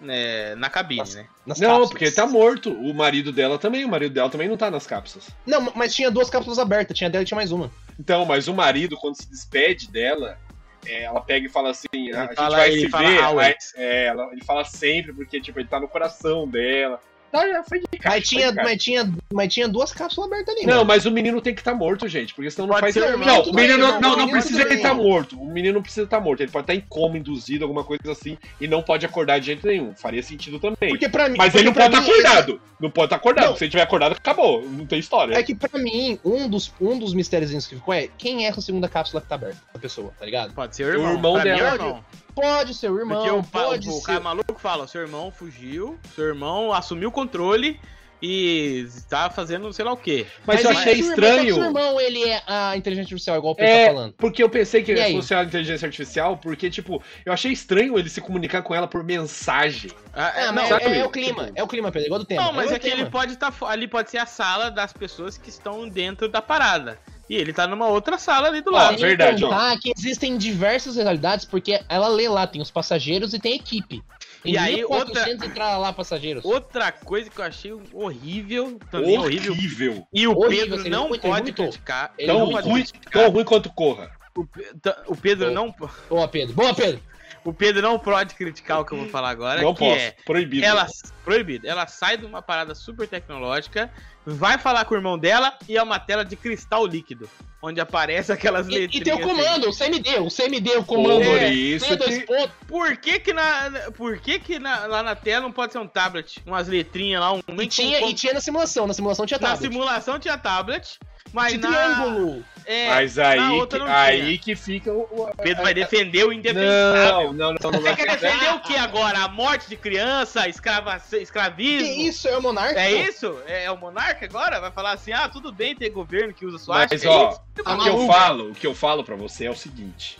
S1: né, na cabine,
S3: Nossa.
S1: né?
S3: nas
S2: Não,
S3: cápsulas.
S2: porque ele tá morto. O marido dela também, o marido dela também não tá nas cápsulas.
S3: Não, mas tinha duas cápsulas abertas. Tinha dela e tinha mais uma.
S2: Então, mas o marido, quando se despede dela, é, ela pega e fala assim: a gente
S1: fala-
S2: vai
S1: ele
S2: se
S1: fala
S2: ver.
S1: Alex.
S2: aí- é, ela- ele fala sempre, porque tipo, ele tá no coração dela. tá, já foi de caixa.
S3: Mas tinha,
S2: foi de caixa.
S3: mas, tinha, mas tinha duas cápsulas abertas ali. né?
S2: Não,
S3: mano.
S2: mas o menino tem que estar morto, gente, porque senão não
S1: Pode
S2: faz
S1: ser o
S2: sentido.
S3: um
S1: irmão,
S2: Não,
S1: tudo
S2: o
S1: bem,
S2: menino
S1: irmão,
S2: não, não,
S1: o
S2: não
S1: menino
S2: precisa
S3: né? também.
S2: estar morto. O menino não precisa estar morto. Ele pode estar em coma induzido, alguma coisa assim, e não pode acordar de jeito nenhum. Faria sentido também.
S3: Porque pra mim.
S2: Mas ele não
S3: porque
S2: pode
S3: pra
S2: estar
S3: mim,
S2: acordado. Não pode estar acordado.
S3: Não.
S2: Se ele tiver acordado, acabou. Não tem história.
S3: É que pra mim, um dos, um dos mistérios que ficou é quem é essa segunda cápsula que tá aberta da pessoa, tá ligado?
S1: Pode ser o irmão.
S2: O irmão
S1: Pra mim é
S2: dela.
S1: o irmão.
S3: Pode ser o irmão,
S1: Porque o, pa-
S3: pode
S1: o,
S3: ser.
S1: cara maluco fala, seu irmão fugiu, seu irmão assumiu o controle e tá fazendo sei lá o quê.
S2: Mas, eu
S3: aí,
S2: achei
S3: se o irmão- só é que
S2: estranho.
S3: Se o irmão, ele é a inteligência artificial, igual o Pedro
S2: É,
S3: tá falando.
S2: porque eu pensei que
S3: E
S2: ele
S3: aí?
S2: fosse a inteligência artificial, porque, tipo, eu achei estranho ele se comunicar com ela por mensagem.
S1: Ah,
S3: É,
S1: é,
S3: mas
S1: não,
S2: sabe?
S3: é, é o clima, é o clima, Pedro, igual do tema.
S1: não, mas
S3: o
S1: é que
S3: tema.
S1: ele pode estar ali pode ser a sala das pessoas que estão dentro da parada. E ele tá numa outra sala ali do
S2: Ó,
S1: lado.
S3: Sem
S2: verdade, ó.
S3: contar que existem diversas realidades, porque ela lê lá, tem os passageiros e tem a equipe. Tem
S1: E aí,
S3: 1.400 e tra- lá passageiros.
S1: Outra coisa que eu achei horrível, também é horrível.
S2: Horrível.
S1: E o
S3: Horrível,
S1: Pedro
S3: assim,
S1: não
S3: muito,
S1: pode
S3: muito.
S1: criticar. Ele
S3: Tão
S1: não
S2: Tão
S1: pode
S2: ruim,
S1: criticar.
S2: tão ruim quanto corra.
S1: O Pe- ta- O Pedro
S3: Bom.
S1: não
S3: Boa, Pedro. Boa, Pedro.
S1: o Pedro não pode criticar o que eu vou falar agora,
S2: Não
S1: que
S2: posso.
S1: é
S2: Proibido.
S1: ela proibido. Ela sai de uma parada super tecnológica, vai falar com o irmão dela e é uma tela de cristal líquido, onde aparece aquelas
S3: E,
S1: letrinhas.
S3: e tem o
S1: assim.
S3: comando, o CMD, o CMD, o comando.
S2: Por
S1: É,
S2: isso
S3: Tem dois
S2: que
S3: pontos.
S1: Por que que, na, por que, que na- lá na tela não pode ser um tablet? Umas letrinhas lá, um
S3: E tinha, e tinha na simulação, na simulação tinha
S1: Na
S3: tablet.
S1: simulação tinha tablet, mas
S3: Tinha
S1: na.
S3: triângulo.
S1: é,
S2: Mas aí,
S1: na outra
S2: que,
S1: não tinha.
S2: aí que fica o. o-
S1: Pedro vai defender o indefensável.
S2: Não, não, não, não.
S1: Você
S2: vai
S1: quer
S2: ficar.
S1: defender o que agora? A morte de criança, escrava,
S3: Que
S1: escravismo?
S3: isso, é o monarca?
S1: É isso? É, é o monarca agora? Vai falar assim, ah, tudo bem ter governo que usa suástica.
S2: Mas,
S1: é
S2: ó,
S1: isso?
S3: Tá
S2: O que eu
S3: maluco?
S2: falo, o que eu falo pra você é o seguinte.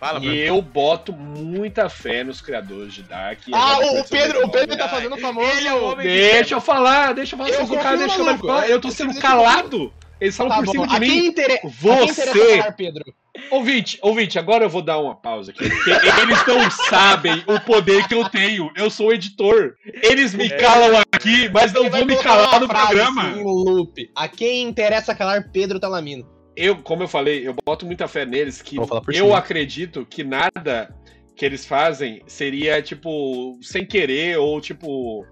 S1: Fala,
S2: E eu boto muita fé nos criadores de Dark. e
S3: Ah,
S2: agora
S3: o, o
S2: pode ser
S3: Pedro,
S2: legal,
S3: o Pedro
S2: né?
S3: tá fazendo o famoso.
S1: Ele é o homem
S2: Deixa eu falar, deixa eu falar.
S3: Eu
S2: Eu,
S3: confio
S2: cara,
S3: no
S2: deixa eu, falar,
S3: maluco,
S2: falar,
S3: é,
S2: eu tô
S3: eu
S2: sendo
S3: confio no
S2: calado. Eles falam
S3: Tá
S2: por
S3: bom.
S2: cima de
S3: A quem
S2: mim.
S3: intere- a quem interessa
S2: Você, é
S3: falar, Pedro?
S2: ouvinte, ouvinte, agora eu vou dar uma pausa aqui. Porque eles não sabem o poder que eu tenho. Eu sou o editor. Eles me calam aqui, mas não
S3: É. Ele vai
S2: vão me
S3: colocar
S2: calar
S3: uma
S2: no
S3: frase,
S2: programa.
S3: assim, em loop. A quem interessa calar Pedro tá Talamino.
S2: eu, como eu falei, eu boto muita fé neles que
S3: Vou falar por
S2: eu
S3: cima.
S2: acredito que nada que eles fazem seria tipo sem querer ou tipo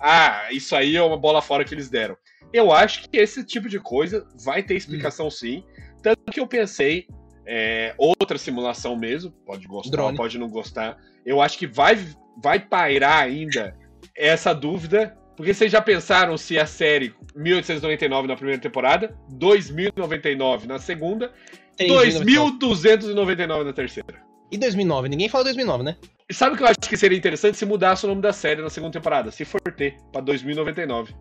S2: ah, isso aí é uma bola fora que eles deram. Eu acho que esse tipo de coisa vai ter
S3: Hum.
S2: explicação sim. Tanto que eu pensei é, outra simulação mesmo, pode gostar,
S3: Drone.
S2: pode não gostar. Eu acho que vai vai pairar ainda essa dúvida, porque vocês já pensaram se a série 1899 na primeira temporada, 2099 na segunda,
S3: Tem
S2: 2299 na terceira.
S3: E 2009? Ninguém fala 2009, né?
S2: E sabe o que eu acho que seria interessante se mudasse o nome da série na segunda temporada, se for ter, pra 2099.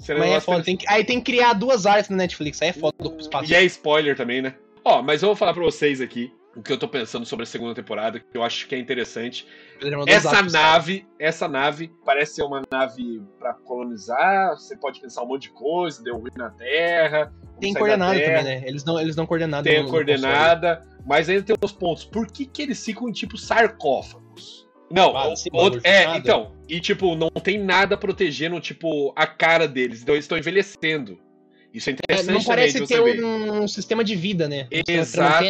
S2: Seria um
S3: Mas é
S2: negócio
S3: foda. Tem que- aí tem que criar duas áreas na Netflix. Aí é foda do espaço.
S2: E é spoiler também, né? Ó, mas eu vou falar pra vocês aqui o que eu tô pensando sobre a segunda temporada, que eu acho que é interessante.
S3: Pedro mandou um
S2: Essa
S3: zap pro Sal.
S2: nave, essa nave parece ser uma nave pra colonizar, você pode pensar um monte de coisa, deu ruim na Terra. vamos sair
S3: Tem
S2: da
S3: coordenada
S2: Terra,
S3: também, né? Eles não, eles não coordenado.
S2: Tem
S3: no-
S2: a
S3: no
S2: coordenada, mas ainda tem os pontos. Por que que eles ficam em tipo sarcófagos? Não,
S3: Ah,
S2: o-
S3: sim,
S2: outro,
S3: bagulho
S2: é,
S3: fechado.
S2: então, e tipo, não tem nada protegendo, tipo, a cara deles, então eles estão envelhecendo. Isso é
S3: console. É,
S2: interessante
S3: não parece
S2: também de
S3: ter
S2: você ver.
S3: um, sistema de vida, né?
S2: Exato,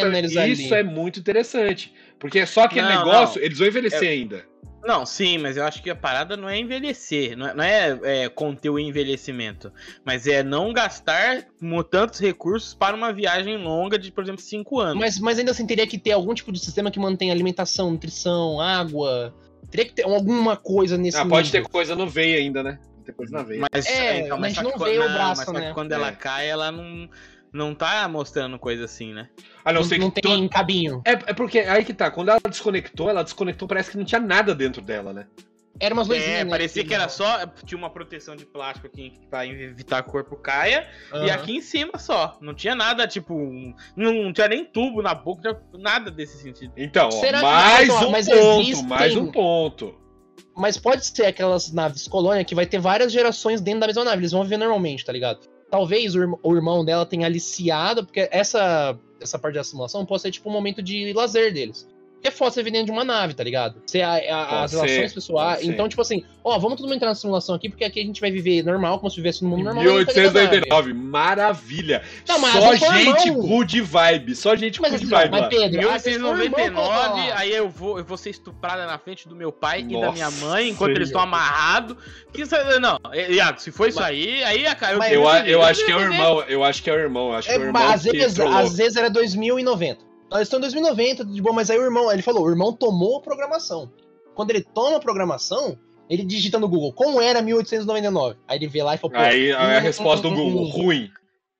S2: isso é muito interessante. Porque é só aquele
S1: Não,
S2: negócio, eles vão
S3: É
S2: envelhecer ainda.
S1: Não, sim, mas eu acho que a parada não é envelhecer, não é, não é, é, conter o envelhecimento, mas é não gastar mu- tantos recursos para uma viagem longa de, por exemplo, cinco anos.
S3: Mas, mas ainda assim, teria que ter algum tipo de sistema que mantenha alimentação, nutrição, água. Teria que ter alguma coisa nesse
S2: Ah, pode ter
S3: nível.
S2: coisa no veio ainda, né? Pode ter coisa na veia.
S1: Mas,
S3: É, mas
S1: só
S3: não
S1: que quan-
S3: veio o
S1: não,
S3: braço,
S1: mas só que
S3: né?
S1: quando
S2: É.
S1: ela cai, ela não, não tá mostrando coisa assim, né?
S2: Ah, não,
S3: Não,
S2: sei
S3: não
S2: que
S3: tem
S2: to-
S3: cabinho.
S2: É, é porque aí que tá, quando ela desconectou, ela desconectou, parece que não tinha nada dentro dela, né?
S3: Era umas luzinhas.
S1: É,
S3: né,
S1: parecia que era
S3: tinha.
S1: só. Tinha uma proteção de plástico aqui pra evitar que o corpo caia. E
S3: Aham.
S1: aqui em cima só. Não tinha nada, tipo. um- Não, não tinha nem tubo na boca, não tinha nada desse sentido.
S2: Então, ó,
S3: Será que-
S2: mais
S3: mas, ó,
S2: um
S3: mas
S2: ponto,
S3: existem-
S2: mais um ponto.
S3: Mas pode ser aquelas naves colônia que vai ter várias gerações dentro da mesma nave. Eles vão viver normalmente, tá ligado? Talvez o, irm- o irmão dela tenha aliciado, porque essa, essa parte da simulação pode ser tipo um momento de lazer deles. é foda você vir dentro de uma nave, tá ligado? Você, a- a-
S2: Pode
S3: as
S2: ser,
S3: relações pessoais.
S2: pode ser.
S3: Então, tipo assim, ó, vamos todo mundo entrar na simulação aqui, porque aqui a gente vai viver normal, como se vivesse no mundo normal. e não pega nada.
S2: 1899, maravilha.
S3: Não, mas
S2: só
S3: não foi
S2: gente
S3: irmão.
S2: good vibe, só gente
S3: Mas,
S2: good
S3: assim,
S2: vibe
S3: mas
S2: lá.
S3: Pedro, ah, vocês foram irmão, vamos
S1: 1989,
S3: falar.
S1: aí eu vou, eu vou ser estuprada na frente do meu pai e da minha
S2: Nossa
S1: mãe, enquanto eles estão
S2: senhora.
S1: amarrados. Que isso- Não, eh, Iago, se for isso
S3: Mas-
S1: aí, aí a cara.
S3: mas
S2: Eu, a- eu
S1: me
S2: acho que é o
S1: defender.
S2: irmão, eu acho que é o irmão, eu acho que
S3: É,
S2: é o irmão.
S3: mas às
S2: que
S3: vezes,
S2: trollou.
S3: às vezes era 2090. Nós estamos em 2090, de boa, mas aí o irmão, ele falou, o irmão tomou a programação. Quando ele toma a programação, ele digita no Google, como era 1899? Aí ele vê lá e fala, pô,
S2: Aí aí a
S3: hum,
S2: resposta do
S3: hum,
S2: Google,
S3: hum.
S2: ruim.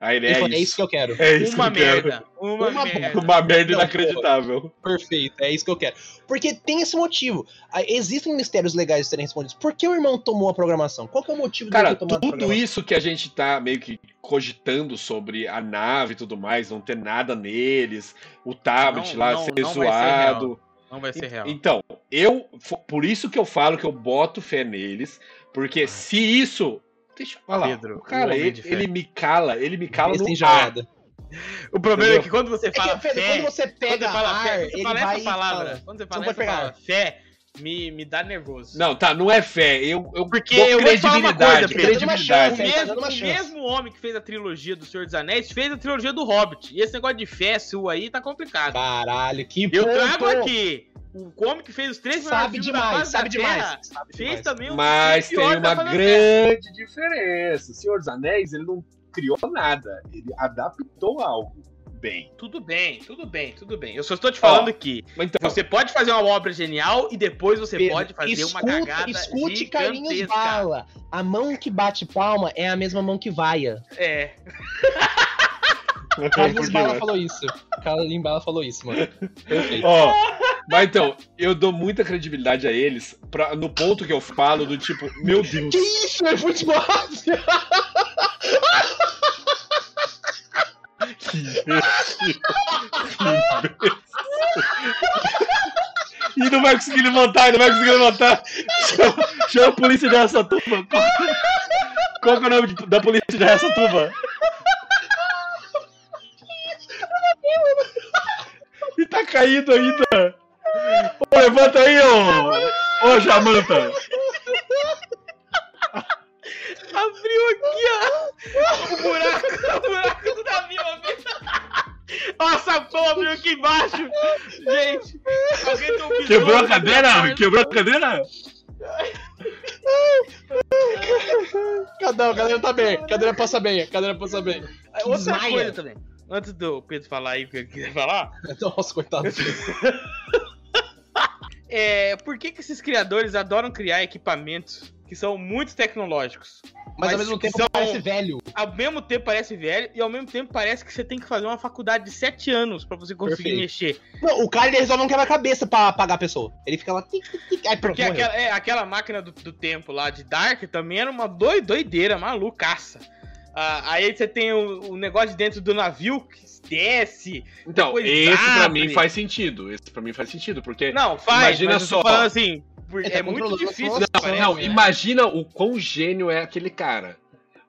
S2: Aí ele
S3: ele
S2: é
S3: falou, é
S2: isso.
S3: isso que eu quero.
S2: É isso
S1: Uma
S2: que eu quero.
S1: merda. Uma,
S3: Uma
S1: merda.
S2: Uma merda
S3: Não,
S2: inacreditável.
S3: Perfeito, é isso que eu quero. Porque tem esse motivo. Ah, Existem mistérios legais de serem respondidos. Por que o irmão tomou a programação? Qual que é o motivo
S2: Cara,
S3: dele ter tomado a
S2: tudo
S3: programação?
S2: isso que a gente tá meio que cogitando sobre a nave e tudo mais, não ter nada neles, o tablet
S1: Não,
S2: lá
S1: não,
S2: ser
S1: não vai ser
S2: zoado.
S1: Não vai ser real.
S2: Então, eu. fo- Por isso que eu falo que eu boto fé neles. Porque se isso. Deixa eu falar.
S1: Ah. Pedro,
S2: o cara,
S1: um homem
S2: ele,
S1: de fé.
S2: ele me cala, ele me cala
S3: Esse é.
S2: no
S3: tem
S2: ar.
S3: jogada.
S1: O problema
S2: Entendeu?
S1: é que quando você
S3: É
S1: fala
S3: que, Pedro,
S1: fé,
S3: quando você
S1: quando
S3: pega
S1: você fala
S3: ar,
S1: fé, quando você
S3: ele
S1: fala
S3: vai
S1: essa
S3: e
S1: palavra,
S3: fala.
S1: quando você
S3: não
S1: fala
S3: pode
S1: essa
S3: pegar.
S1: palavra fé, me, me dá nervoso.
S2: Não, tá, não é fé. Eu, eu
S1: Porque
S2: dou
S1: eu vou te falar uma coisa, Pedro.
S2: credibilidade.
S1: O
S3: Tá
S1: mesmo,
S3: dando uma
S1: o
S3: chance.
S1: mesmo homem que fez a trilogia do Senhor dos Anéis fez a trilogia do Hobbit. E esse negócio de fé sua aí tá complicado.
S3: Caralho, que
S1: eu
S3: ponto.
S1: trago aqui o homem que fez os três
S3: Sabe
S1: melhores filmes da
S3: demais,
S1: face da
S3: sabe
S1: Terra,
S3: demais. Sabe
S1: Fez
S3: demais.
S1: também o
S2: Mas tem
S1: pior da
S2: uma
S1: face da Terra.
S2: grande diferença. O Senhor dos Anéis, ele não criou nada. Ele adaptou algo bem.
S1: Tudo bem, tudo bem, tudo bem. Eu só estou te falando que
S2: Mas Então,
S1: você pode fazer uma obra genial e depois você
S3: Pedro,
S1: pode fazer uma
S3: escuta-
S1: cagada
S3: Escute Carlinhos
S1: gigantesca.
S3: Bala. A mão que bate palma é a mesma mão que vaia.
S1: É.
S3: Carlinhos
S2: Por que,
S3: Bala
S2: mano?
S3: falou isso. Carlinhos Bala falou isso, mano.
S2: Ó, mas então, eu dou muita credibilidade a eles pra- no ponto que eu falo do tipo, meu Deus.
S3: Que isso? É futebol?
S2: Que imbecil. Que imbecil. E não vai conseguir levantar, ele não vai conseguir levantar. Chama, chama a polícia de Aracatuba. Qual, qual que é o nome de- da polícia de Aracatuba? E tá caído ainda. Ô, levanta aí, ô. Ô, Jamanta.
S1: Abriu aqui, ó. O buraco, o buraco do navio abriu. Ó, a sapão abriu aqui embaixo. Gente, alguém tem um besouro
S2: Quebrou a
S1: na minha
S2: cadeira?
S1: porta.
S2: Quebrou a cadeira?
S3: Cadê? A galera tá bem. Cadeira passa bem. Cadeira passa bem.
S1: É Outra
S3: Desmaia.
S1: coisa também. Antes do Pedro falar aí o que ele queria falar,
S3: Nossa, coitado.
S1: é, por que, que esses criadores adoram criar equipamentos que são muito tecnológicos? Mas
S3: Mas, ao mesmo tempo
S1: são-
S3: parece velho.
S1: Ao mesmo tempo parece velho e ao mesmo tempo parece que você tem que fazer uma faculdade de 7 anos pra você conseguir
S3: Perfeito.
S1: mexer.
S3: Não, o cara ele resolve um quebra-cabeça pra apagar a pessoa. Ele fica lá. Tic, tic, tic. Aí pronto.
S1: Porque
S3: morreu.
S1: aquela, é, aquela máquina do, do tempo lá de Dark também era uma doi- doideira, malucaça. Ah, aí você tem o, o negócio de dentro do navio que desce.
S2: Então,
S1: Depois
S2: esse pra
S1: abre.
S2: mim faz sentido. Esse pra mim faz sentido, porque.
S1: Não, faz.
S2: Imagina
S1: mas eu tô
S2: só.
S1: falando assim, por-
S3: Ele
S1: é,
S3: tá
S1: muito
S3: controlando a
S1: difícil.
S3: sua ação,
S1: parece.
S2: Não,
S3: É.
S2: imagina o quão gênio é aquele cara.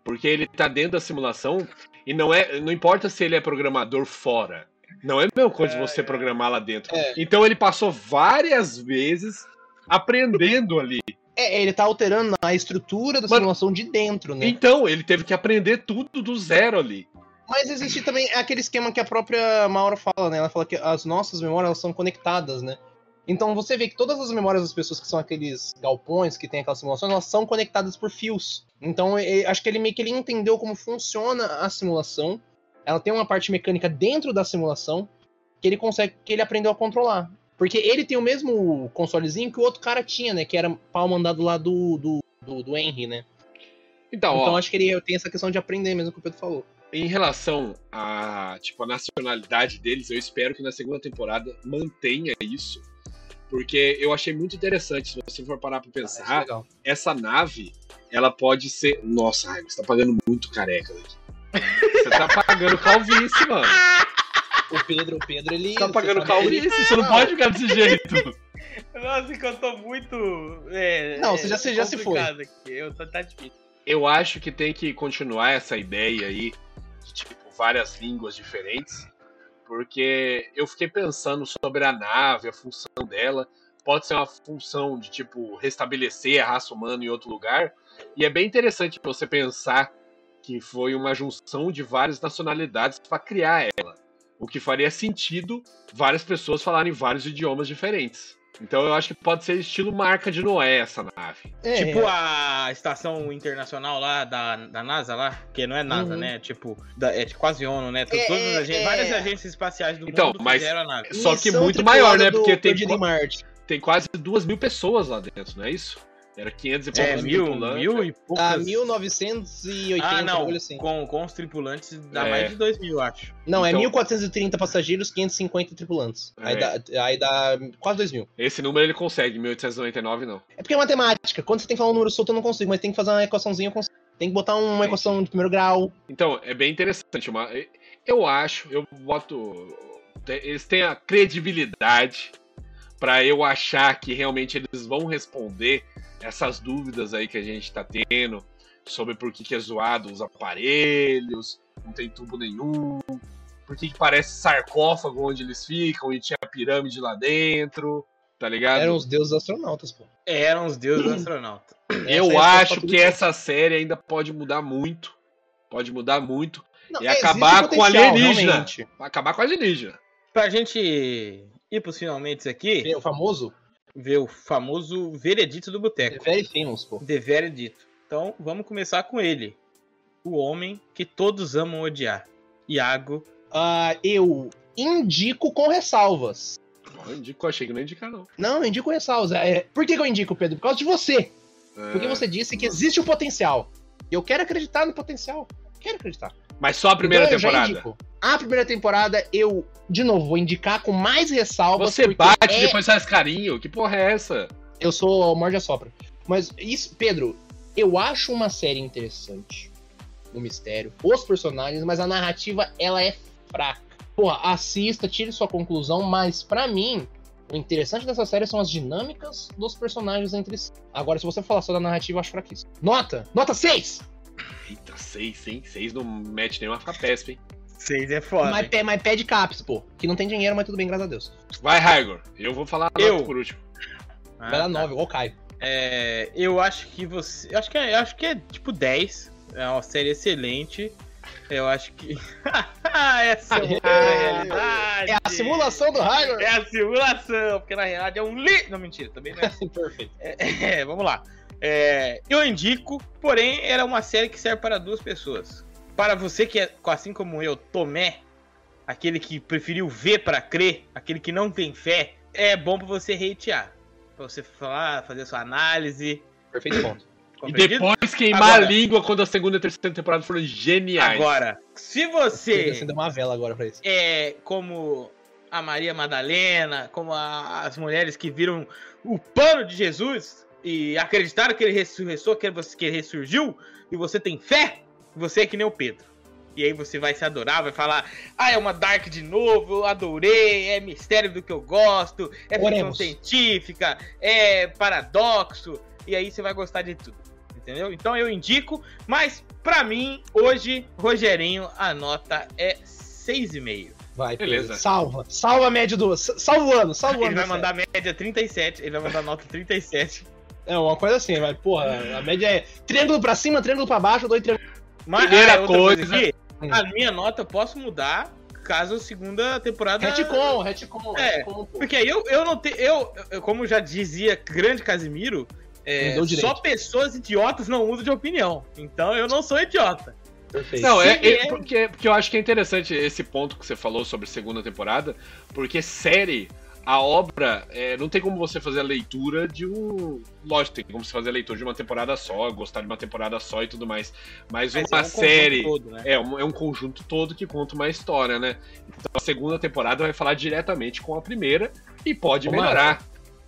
S2: Porque ele tá dentro da simulação e não é. Não importa se ele é programador fora. Não é a mesma coisa você programar lá dentro.
S3: É.
S2: Então ele passou várias vezes aprendendo ali.
S3: É, ele tá alterando a estrutura da
S2: Mano-
S3: simulação de dentro, né?
S2: Então, ele teve que aprender tudo do zero ali.
S3: Mas existe também aquele esquema que a própria Maura fala, né? Ela fala que as nossas memórias elas são conectadas, né? Então você vê que todas as memórias das pessoas que são aqueles galpões que tem aquelas simulações, elas são conectadas por fios. Então e- e- acho que ele meio que ele entendeu como funciona a simulação. Ela tem uma parte mecânica dentro da simulação que ele consegue, que ele aprendeu a controlar. Porque ele tem o mesmo consolezinho que o outro cara tinha, né? Que era pau mandado lá do, do, do, do Henry, né?
S2: Então,
S3: Então
S2: ó,
S3: acho que ele tem essa questão de aprender mesmo que o Pedro falou.
S2: em relação à tipo, a nacionalidade deles, eu espero que na segunda temporada mantenha isso. Porque eu achei muito interessante, se você for parar pra
S3: Isso é
S2: pensar,
S3: legal.
S2: essa nave, ela pode ser. Nossa, Raigo, você tá pagando muito careca daqui. Você tá pagando calvície, mano.
S3: O Pedro, o Pedro, ele.
S2: Você tá pagando
S3: você sabe, ele-
S2: calvície, você não pode ficar desse jeito.
S1: Nossa, assim, que eu tô muito. é,
S3: Não,
S1: é,
S3: você já- você já se foi.
S1: complicado aqui. Eu, tá, tá difícil.
S2: Eu acho que tem que continuar essa ideia aí de tipo várias línguas diferentes. porque eu fiquei pensando sobre a nave, a função dela. Pode ser uma função de, tipo, restabelecer a raça humana em outro lugar. E é bem interessante você pensar que foi uma junção de várias nacionalidades para criar ela. O que faria sentido várias pessoas falarem vários idiomas diferentes. Então eu acho que pode ser estilo marca de Noé essa nave.
S3: É,
S1: tipo a estação internacional lá da, da NASA lá, que não é NASA,
S3: Uhum.
S1: né? Tipo, da- é de quase ONU, né? Tem
S3: É,
S1: todas as
S3: é,
S1: agen-
S3: é.
S1: várias agências espaciais do
S2: Então,
S1: mundo
S2: mas-
S1: fizeram a nave.
S2: Só que
S3: missão
S2: muito maior, né?
S3: tripulada do
S2: Porque tem
S3: Perdido em Marte.
S2: Tem quase duas mil pessoas lá dentro, não é isso? Era 500 e poucos né?
S1: É, mil,
S2: tripulantes.
S1: mil e poucas.
S3: Tá, 1980,
S1: ah, não,
S3: bagulho assim.
S1: com, com os tripulantes dá
S2: É.
S1: mais de dois mil, eu acho.
S3: Não, é
S2: Então-
S3: 1430 passageiros, 550 tripulantes. Aí,
S2: É.
S3: dá, aí dá quase 2 mil.
S2: Esse número ele consegue, 1899 não.
S3: É porque é matemática. Quando você tem que falar um número solto, eu não consigo, mas tem que fazer uma equaçãozinha, eu consigo. Tem que botar uma equação de primeiro grau.
S2: Então, é bem interessante. Uma, eu acho, eu boto. Eles têm a credibilidade para eu achar que realmente eles vão responder essas dúvidas aí que a gente tá tendo sobre por que, que é zoado os aparelhos, não tem tubo nenhum, por que, que parece sarcófago onde eles ficam e tinha pirâmide lá dentro, tá ligado?
S3: Eram os deuses astronautas, pô.
S1: Eram os deuses
S3: Hum.
S1: do astronauta.
S2: Eu
S3: Essa é a resposta
S2: acho
S3: do
S2: que
S3: dia.
S2: essa série ainda pode mudar muito. Pode mudar muito.
S3: Não,
S2: e
S3: existe
S2: acabar com
S3: potencial,
S2: alienígena.
S3: realmente.
S2: Vai acabar com a alienígena.
S1: Pra gente ir pros finalmente aqui,
S3: É, O famoso
S1: ver o famoso veredito do
S3: é
S1: boteco.
S3: Very Famous, pô.
S1: The veredito. Então, vamos começar com ele. O homem que todos amam odiar. Iago.
S3: Ah, eu indico com ressalvas.
S2: Não indico, achei que não ia indicar, não.
S3: Não, eu indico ressalvas. É, por que, que eu indico, Pedro? Por causa de você. Porque
S2: É.
S3: você disse que existe o potencial. E eu quero acreditar no potencial. Quero acreditar.
S2: Mas só a primeira
S3: Então, eu já
S2: temporada.
S3: indico. A primeira temporada eu, de novo, vou indicar com mais ressalvas.
S2: Você
S3: porque
S2: bate
S3: é-
S2: depois faz carinho. Que porra é essa?
S3: Eu sou morde a sopra. Mas isso, Pedro, eu acho uma série interessante. O mistério, os personagens, mas a narrativa ela é fraca. Porra, assista, tire sua conclusão, mas pra mim, o interessante dessa série são as dinâmicas dos personagens entre si. Agora, se você falar só da narrativa, eu acho fraquíssimo. Nota! Nota 6!
S2: Eita, seis, hein? Seis não mete nenhuma capespa, hein?
S1: Seis é foda.
S3: Mas,
S1: hein?
S3: pé- mas pé de caps, pô. Que não tem dinheiro, mas tudo bem, graças a Deus.
S2: Vai, Raigor. Eu vou falar a
S1: Eu?
S2: nota por último.
S1: Ah,
S3: Vai dar
S1: tá.
S3: 9, igual o Caio.
S1: É, eu acho que você. eu acho que é, eu acho que é tipo 10. É uma série excelente. Eu acho que. Essa é uma realidade.
S3: É a simulação do Hyrule.
S1: É a simulação, porque na realidade é um li. Não, mentira, também não é.
S3: Perfeito.
S1: É, vamos lá. É, eu indico, porém, era uma série que serve para duas pessoas. Para você que é, assim como eu, Tomé, aquele que preferiu ver para crer, aquele que não tem fé, é bom para você hatear. Pra você falar, fazer sua análise.
S3: Perfeito ponto.
S2: E
S1: compreendido?
S2: depois queimar
S1: Agora.
S2: a língua quando a segunda e a terceira temporada foram geniais.
S1: Agora, se
S3: Você
S2: assim
S1: você
S3: acendeu uma vela agora pra isso.
S1: é como a Maria Madalena, como a- as mulheres que viram o pano de Jesus e acreditaram que ele ressurressou, que ele, que ele ressurgiu, e você tem fé, você é que nem o Pedro. E aí você vai se adorar, vai falar, ah, é uma Dark de novo, eu adorei, é mistério do que eu gosto, é ficção
S3: Oremos.
S1: científica, é paradoxo, e aí você vai gostar de tudo. Entendeu? Então eu indico, mas pra mim, hoje, Rogerinho, a nota é 6,5.
S3: Vai,
S2: Beleza.
S3: Pedro. Salva. Salva a média do. sa- Salva o ano, salva o ano.
S1: Ele vai
S3: da
S1: mandar média 37, ele vai mandar nota 37.
S3: série. É uma coisa assim, vai. Porra, a média é triângulo pra cima, triângulo pra baixo, dois triângulos.
S1: Mas ah, é
S2: Primeira
S1: outra
S2: coisa- né?
S1: aqui,
S3: Hum.
S1: a minha nota eu posso mudar caso a segunda
S2: Ah.
S1: temporada.
S3: Retcon, retcon,
S1: É,
S3: retcon, pô.
S1: Porque aí eu, eu não tenho. Eu, eu, como já dizia grande Casimiro, é,
S3: Mudou o direito.
S1: só pessoas idiotas não mudam de opinião. Então eu não sou idiota.
S3: Perfeito.
S2: Não, é,
S1: Sim,
S2: é-
S1: é.
S2: porque, porque eu acho que é interessante esse ponto que você falou sobre segunda temporada, porque série, a obra, é, não tem como você fazer a leitura de um. Lógico, tem como você fazer a leitura de uma temporada só, gostar de uma temporada só e tudo mais.
S1: Mas
S2: Mas,
S1: é
S2: uma
S1: um conjunto
S2: série.
S1: todo, né?
S2: É um, é um conjunto todo que conta uma história, né? Então a segunda temporada vai falar diretamente com a primeira e pode
S3: Ô,
S2: melhorar.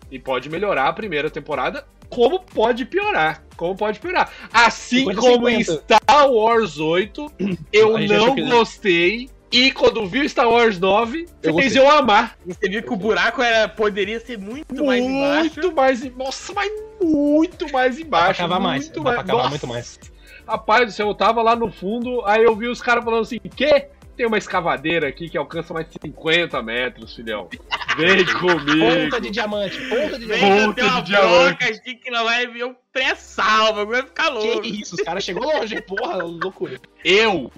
S2: E pode melhorar a primeira temporada, como pode piorar. Como pode piorar. Assim
S3: 50,
S2: como em
S3: 50.
S2: Star Wars 8, eu
S3: A gente achou
S2: não
S3: que-
S2: gostei. E quando vi Star Wars 9,
S3: Eu
S2: fez
S3: gostei.
S2: eu amar.
S1: Você viu que o buraco era, poderia ser muito, mais embaixo.
S2: Muito mais. em- Nossa, mas muito mais embaixo.
S3: acabar mais,
S2: Muito
S3: dá pra acabar
S2: Nossa.
S3: muito mais.
S2: Rapaz do céu, eu tava lá no fundo, aí eu vi os caras falando assim: quê? Tem uma escavadeira aqui que alcança mais de 50 metros, filhão. Vem comigo.
S4: Ponta de diamante, ponta de diamante.
S1: Vem
S2: Ponta
S1: ter uma
S2: de diamante.
S1: bronca aqui que não vai vir um pré-sal, o bagulho vai ficar louco.
S4: Que isso, os caras chegou longe, porra, loucura.
S2: Eu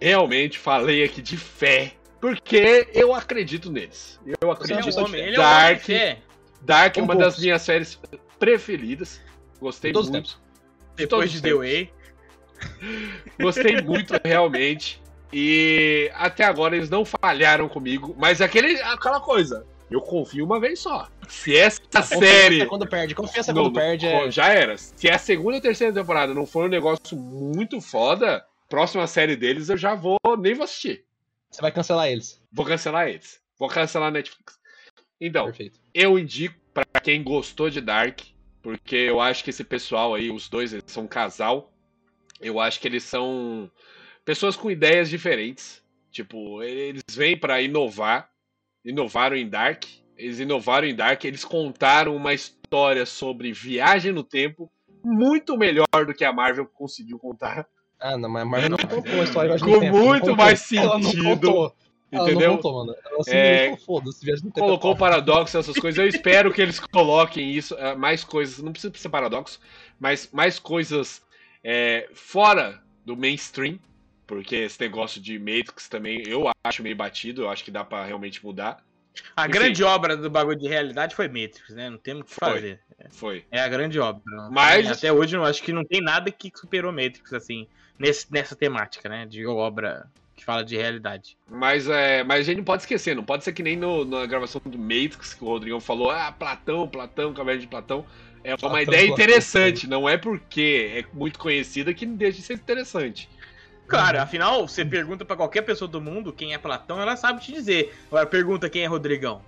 S2: realmente falei aqui de fé. Porque eu acredito neles. Eu
S1: Ele
S2: acredito
S1: é um homem, ele é um homem
S2: Dark,
S1: de fé.
S2: Dark é uma
S4: Poucos.
S2: das minhas séries preferidas. Gostei
S4: Todos os
S2: muito.
S1: Depois de The Way.
S2: Gostei muito, realmente. E até agora eles não falharam comigo. Mas aquele, aquela coisa. Eu confio uma vez só. Se essa série.
S4: Confiança quando perde, confiança
S2: não-
S4: quando perde é.
S2: Já era. Se a segunda ou terceira temporada não for um negócio muito foda, próxima série deles eu já vou. Nem vou assistir.
S4: Você vai cancelar eles.
S2: Vou cancelar eles. Vou cancelar a Netflix. Então,
S4: Perfeito.
S2: eu indico pra quem gostou de Dark, porque eu acho que esse pessoal aí, os dois, eles são um casal. Eu acho que eles são pessoas com ideias diferentes. Tipo, eles vêm pra inovar. Inovaram em Dark. Eles inovaram em Dark. Eles contaram uma história sobre viagem no tempo muito melhor do que a Marvel conseguiu contar.
S4: Ah, não, mas a Marvel não contou a história. eu acho,
S2: Com
S4: no tempo, não
S2: muito
S4: contou.
S2: mais
S4: Ela não
S2: sentido,
S4: contou, Ela não
S2: entendeu?
S4: contou, mano. Ela
S2: É,
S4: simplesmente falou, foda-se, viagem no tempo.
S2: colocou paradoxo essas coisas. Eu espero que eles coloquem isso, eh, mais coisas, não precisa ser paradoxo, mas mais coisas eh, fora do mainstream, porque esse negócio de Matrix também eu acho meio batido, eu acho que dá pra realmente mudar.
S1: A
S2: Enfim.
S1: grande obra do bagulho de realidade foi Matrix, né? Não temos o que
S2: Foi.
S1: fazer.
S2: Foi.
S1: É a grande obra. Não
S2: Mas-
S1: tem- até hoje eu acho que não tem nada que superou Matrix, assim, nesse, nessa temática, né? De obra que fala de realidade.
S2: Mas, é, mas a gente não pode esquecer, não pode ser que nem no- na gravação do Matrix, que o Rodrigão falou, ah, Platão, Platão, Caverna de Platão. É uma
S4: Platão,
S2: ideia
S4: Platão.
S2: interessante, não é porque é muito conhecida que não deixa de ser interessante.
S1: Cara, afinal, você pergunta pra qualquer pessoa do mundo quem é Platão, ela sabe te dizer. Agora pergunta quem é Rodrigão.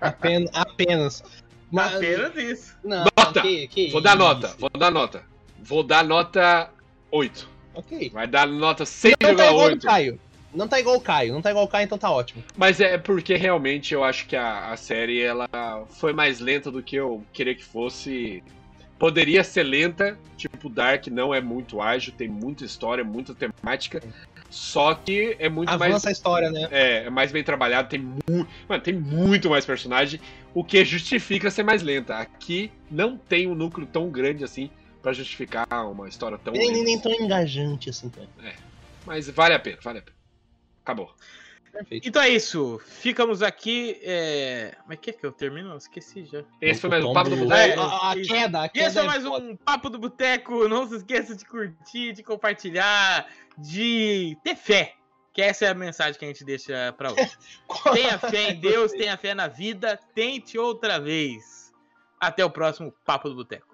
S4: Apenas. apenas. Mas,
S1: Apenas isso.
S4: não,
S2: Nota!
S4: que- que
S2: Vou dar
S4: isso.
S2: nota, vou dar nota. Vou dar nota 8.
S4: Ok.
S2: Vai dar nota
S4: Não tá igual o
S2: 6,8.
S4: Caio. Não tá igual o Caio. Não tá igual o Caio, então tá ótimo.
S2: Mas é porque realmente eu acho que a, a série ela foi mais lenta do que eu queria que fosse. Poderia ser lenta, tipo Dark não é muito ágil, tem muita história, muita temática. Só que é muito mais
S4: Avança a história, né?
S2: É, é mais bem trabalhado, tem muito. Mano, tem muito mais personagem, o que justifica ser mais lenta. Aqui não tem um núcleo tão grande assim pra justificar uma história tão
S4: Nem, nem, nem
S2: lenta.
S4: tão engajante assim, cara.
S2: Mas vale a pena, vale a pena. Acabou.
S4: Perfeito.
S1: Então é isso. Ficamos aqui. É... Como é que é que eu termino? Eu esqueci já.
S2: Esse foi mais um
S4: Tom
S2: papo do
S4: Brady.
S2: Boteco.
S4: É, a, a
S1: Isso.
S4: queda, a
S1: E
S4: queda.
S1: esse é
S4: é
S1: mais
S4: foda.
S1: um Papo do Boteco. Não se esqueça de curtir, de compartilhar, de ter fé. Que essa é a mensagem que a gente deixa pra hoje. Tenha fé em Deus, tenha fé na vida, tente outra vez. Até o próximo Papo do Boteco.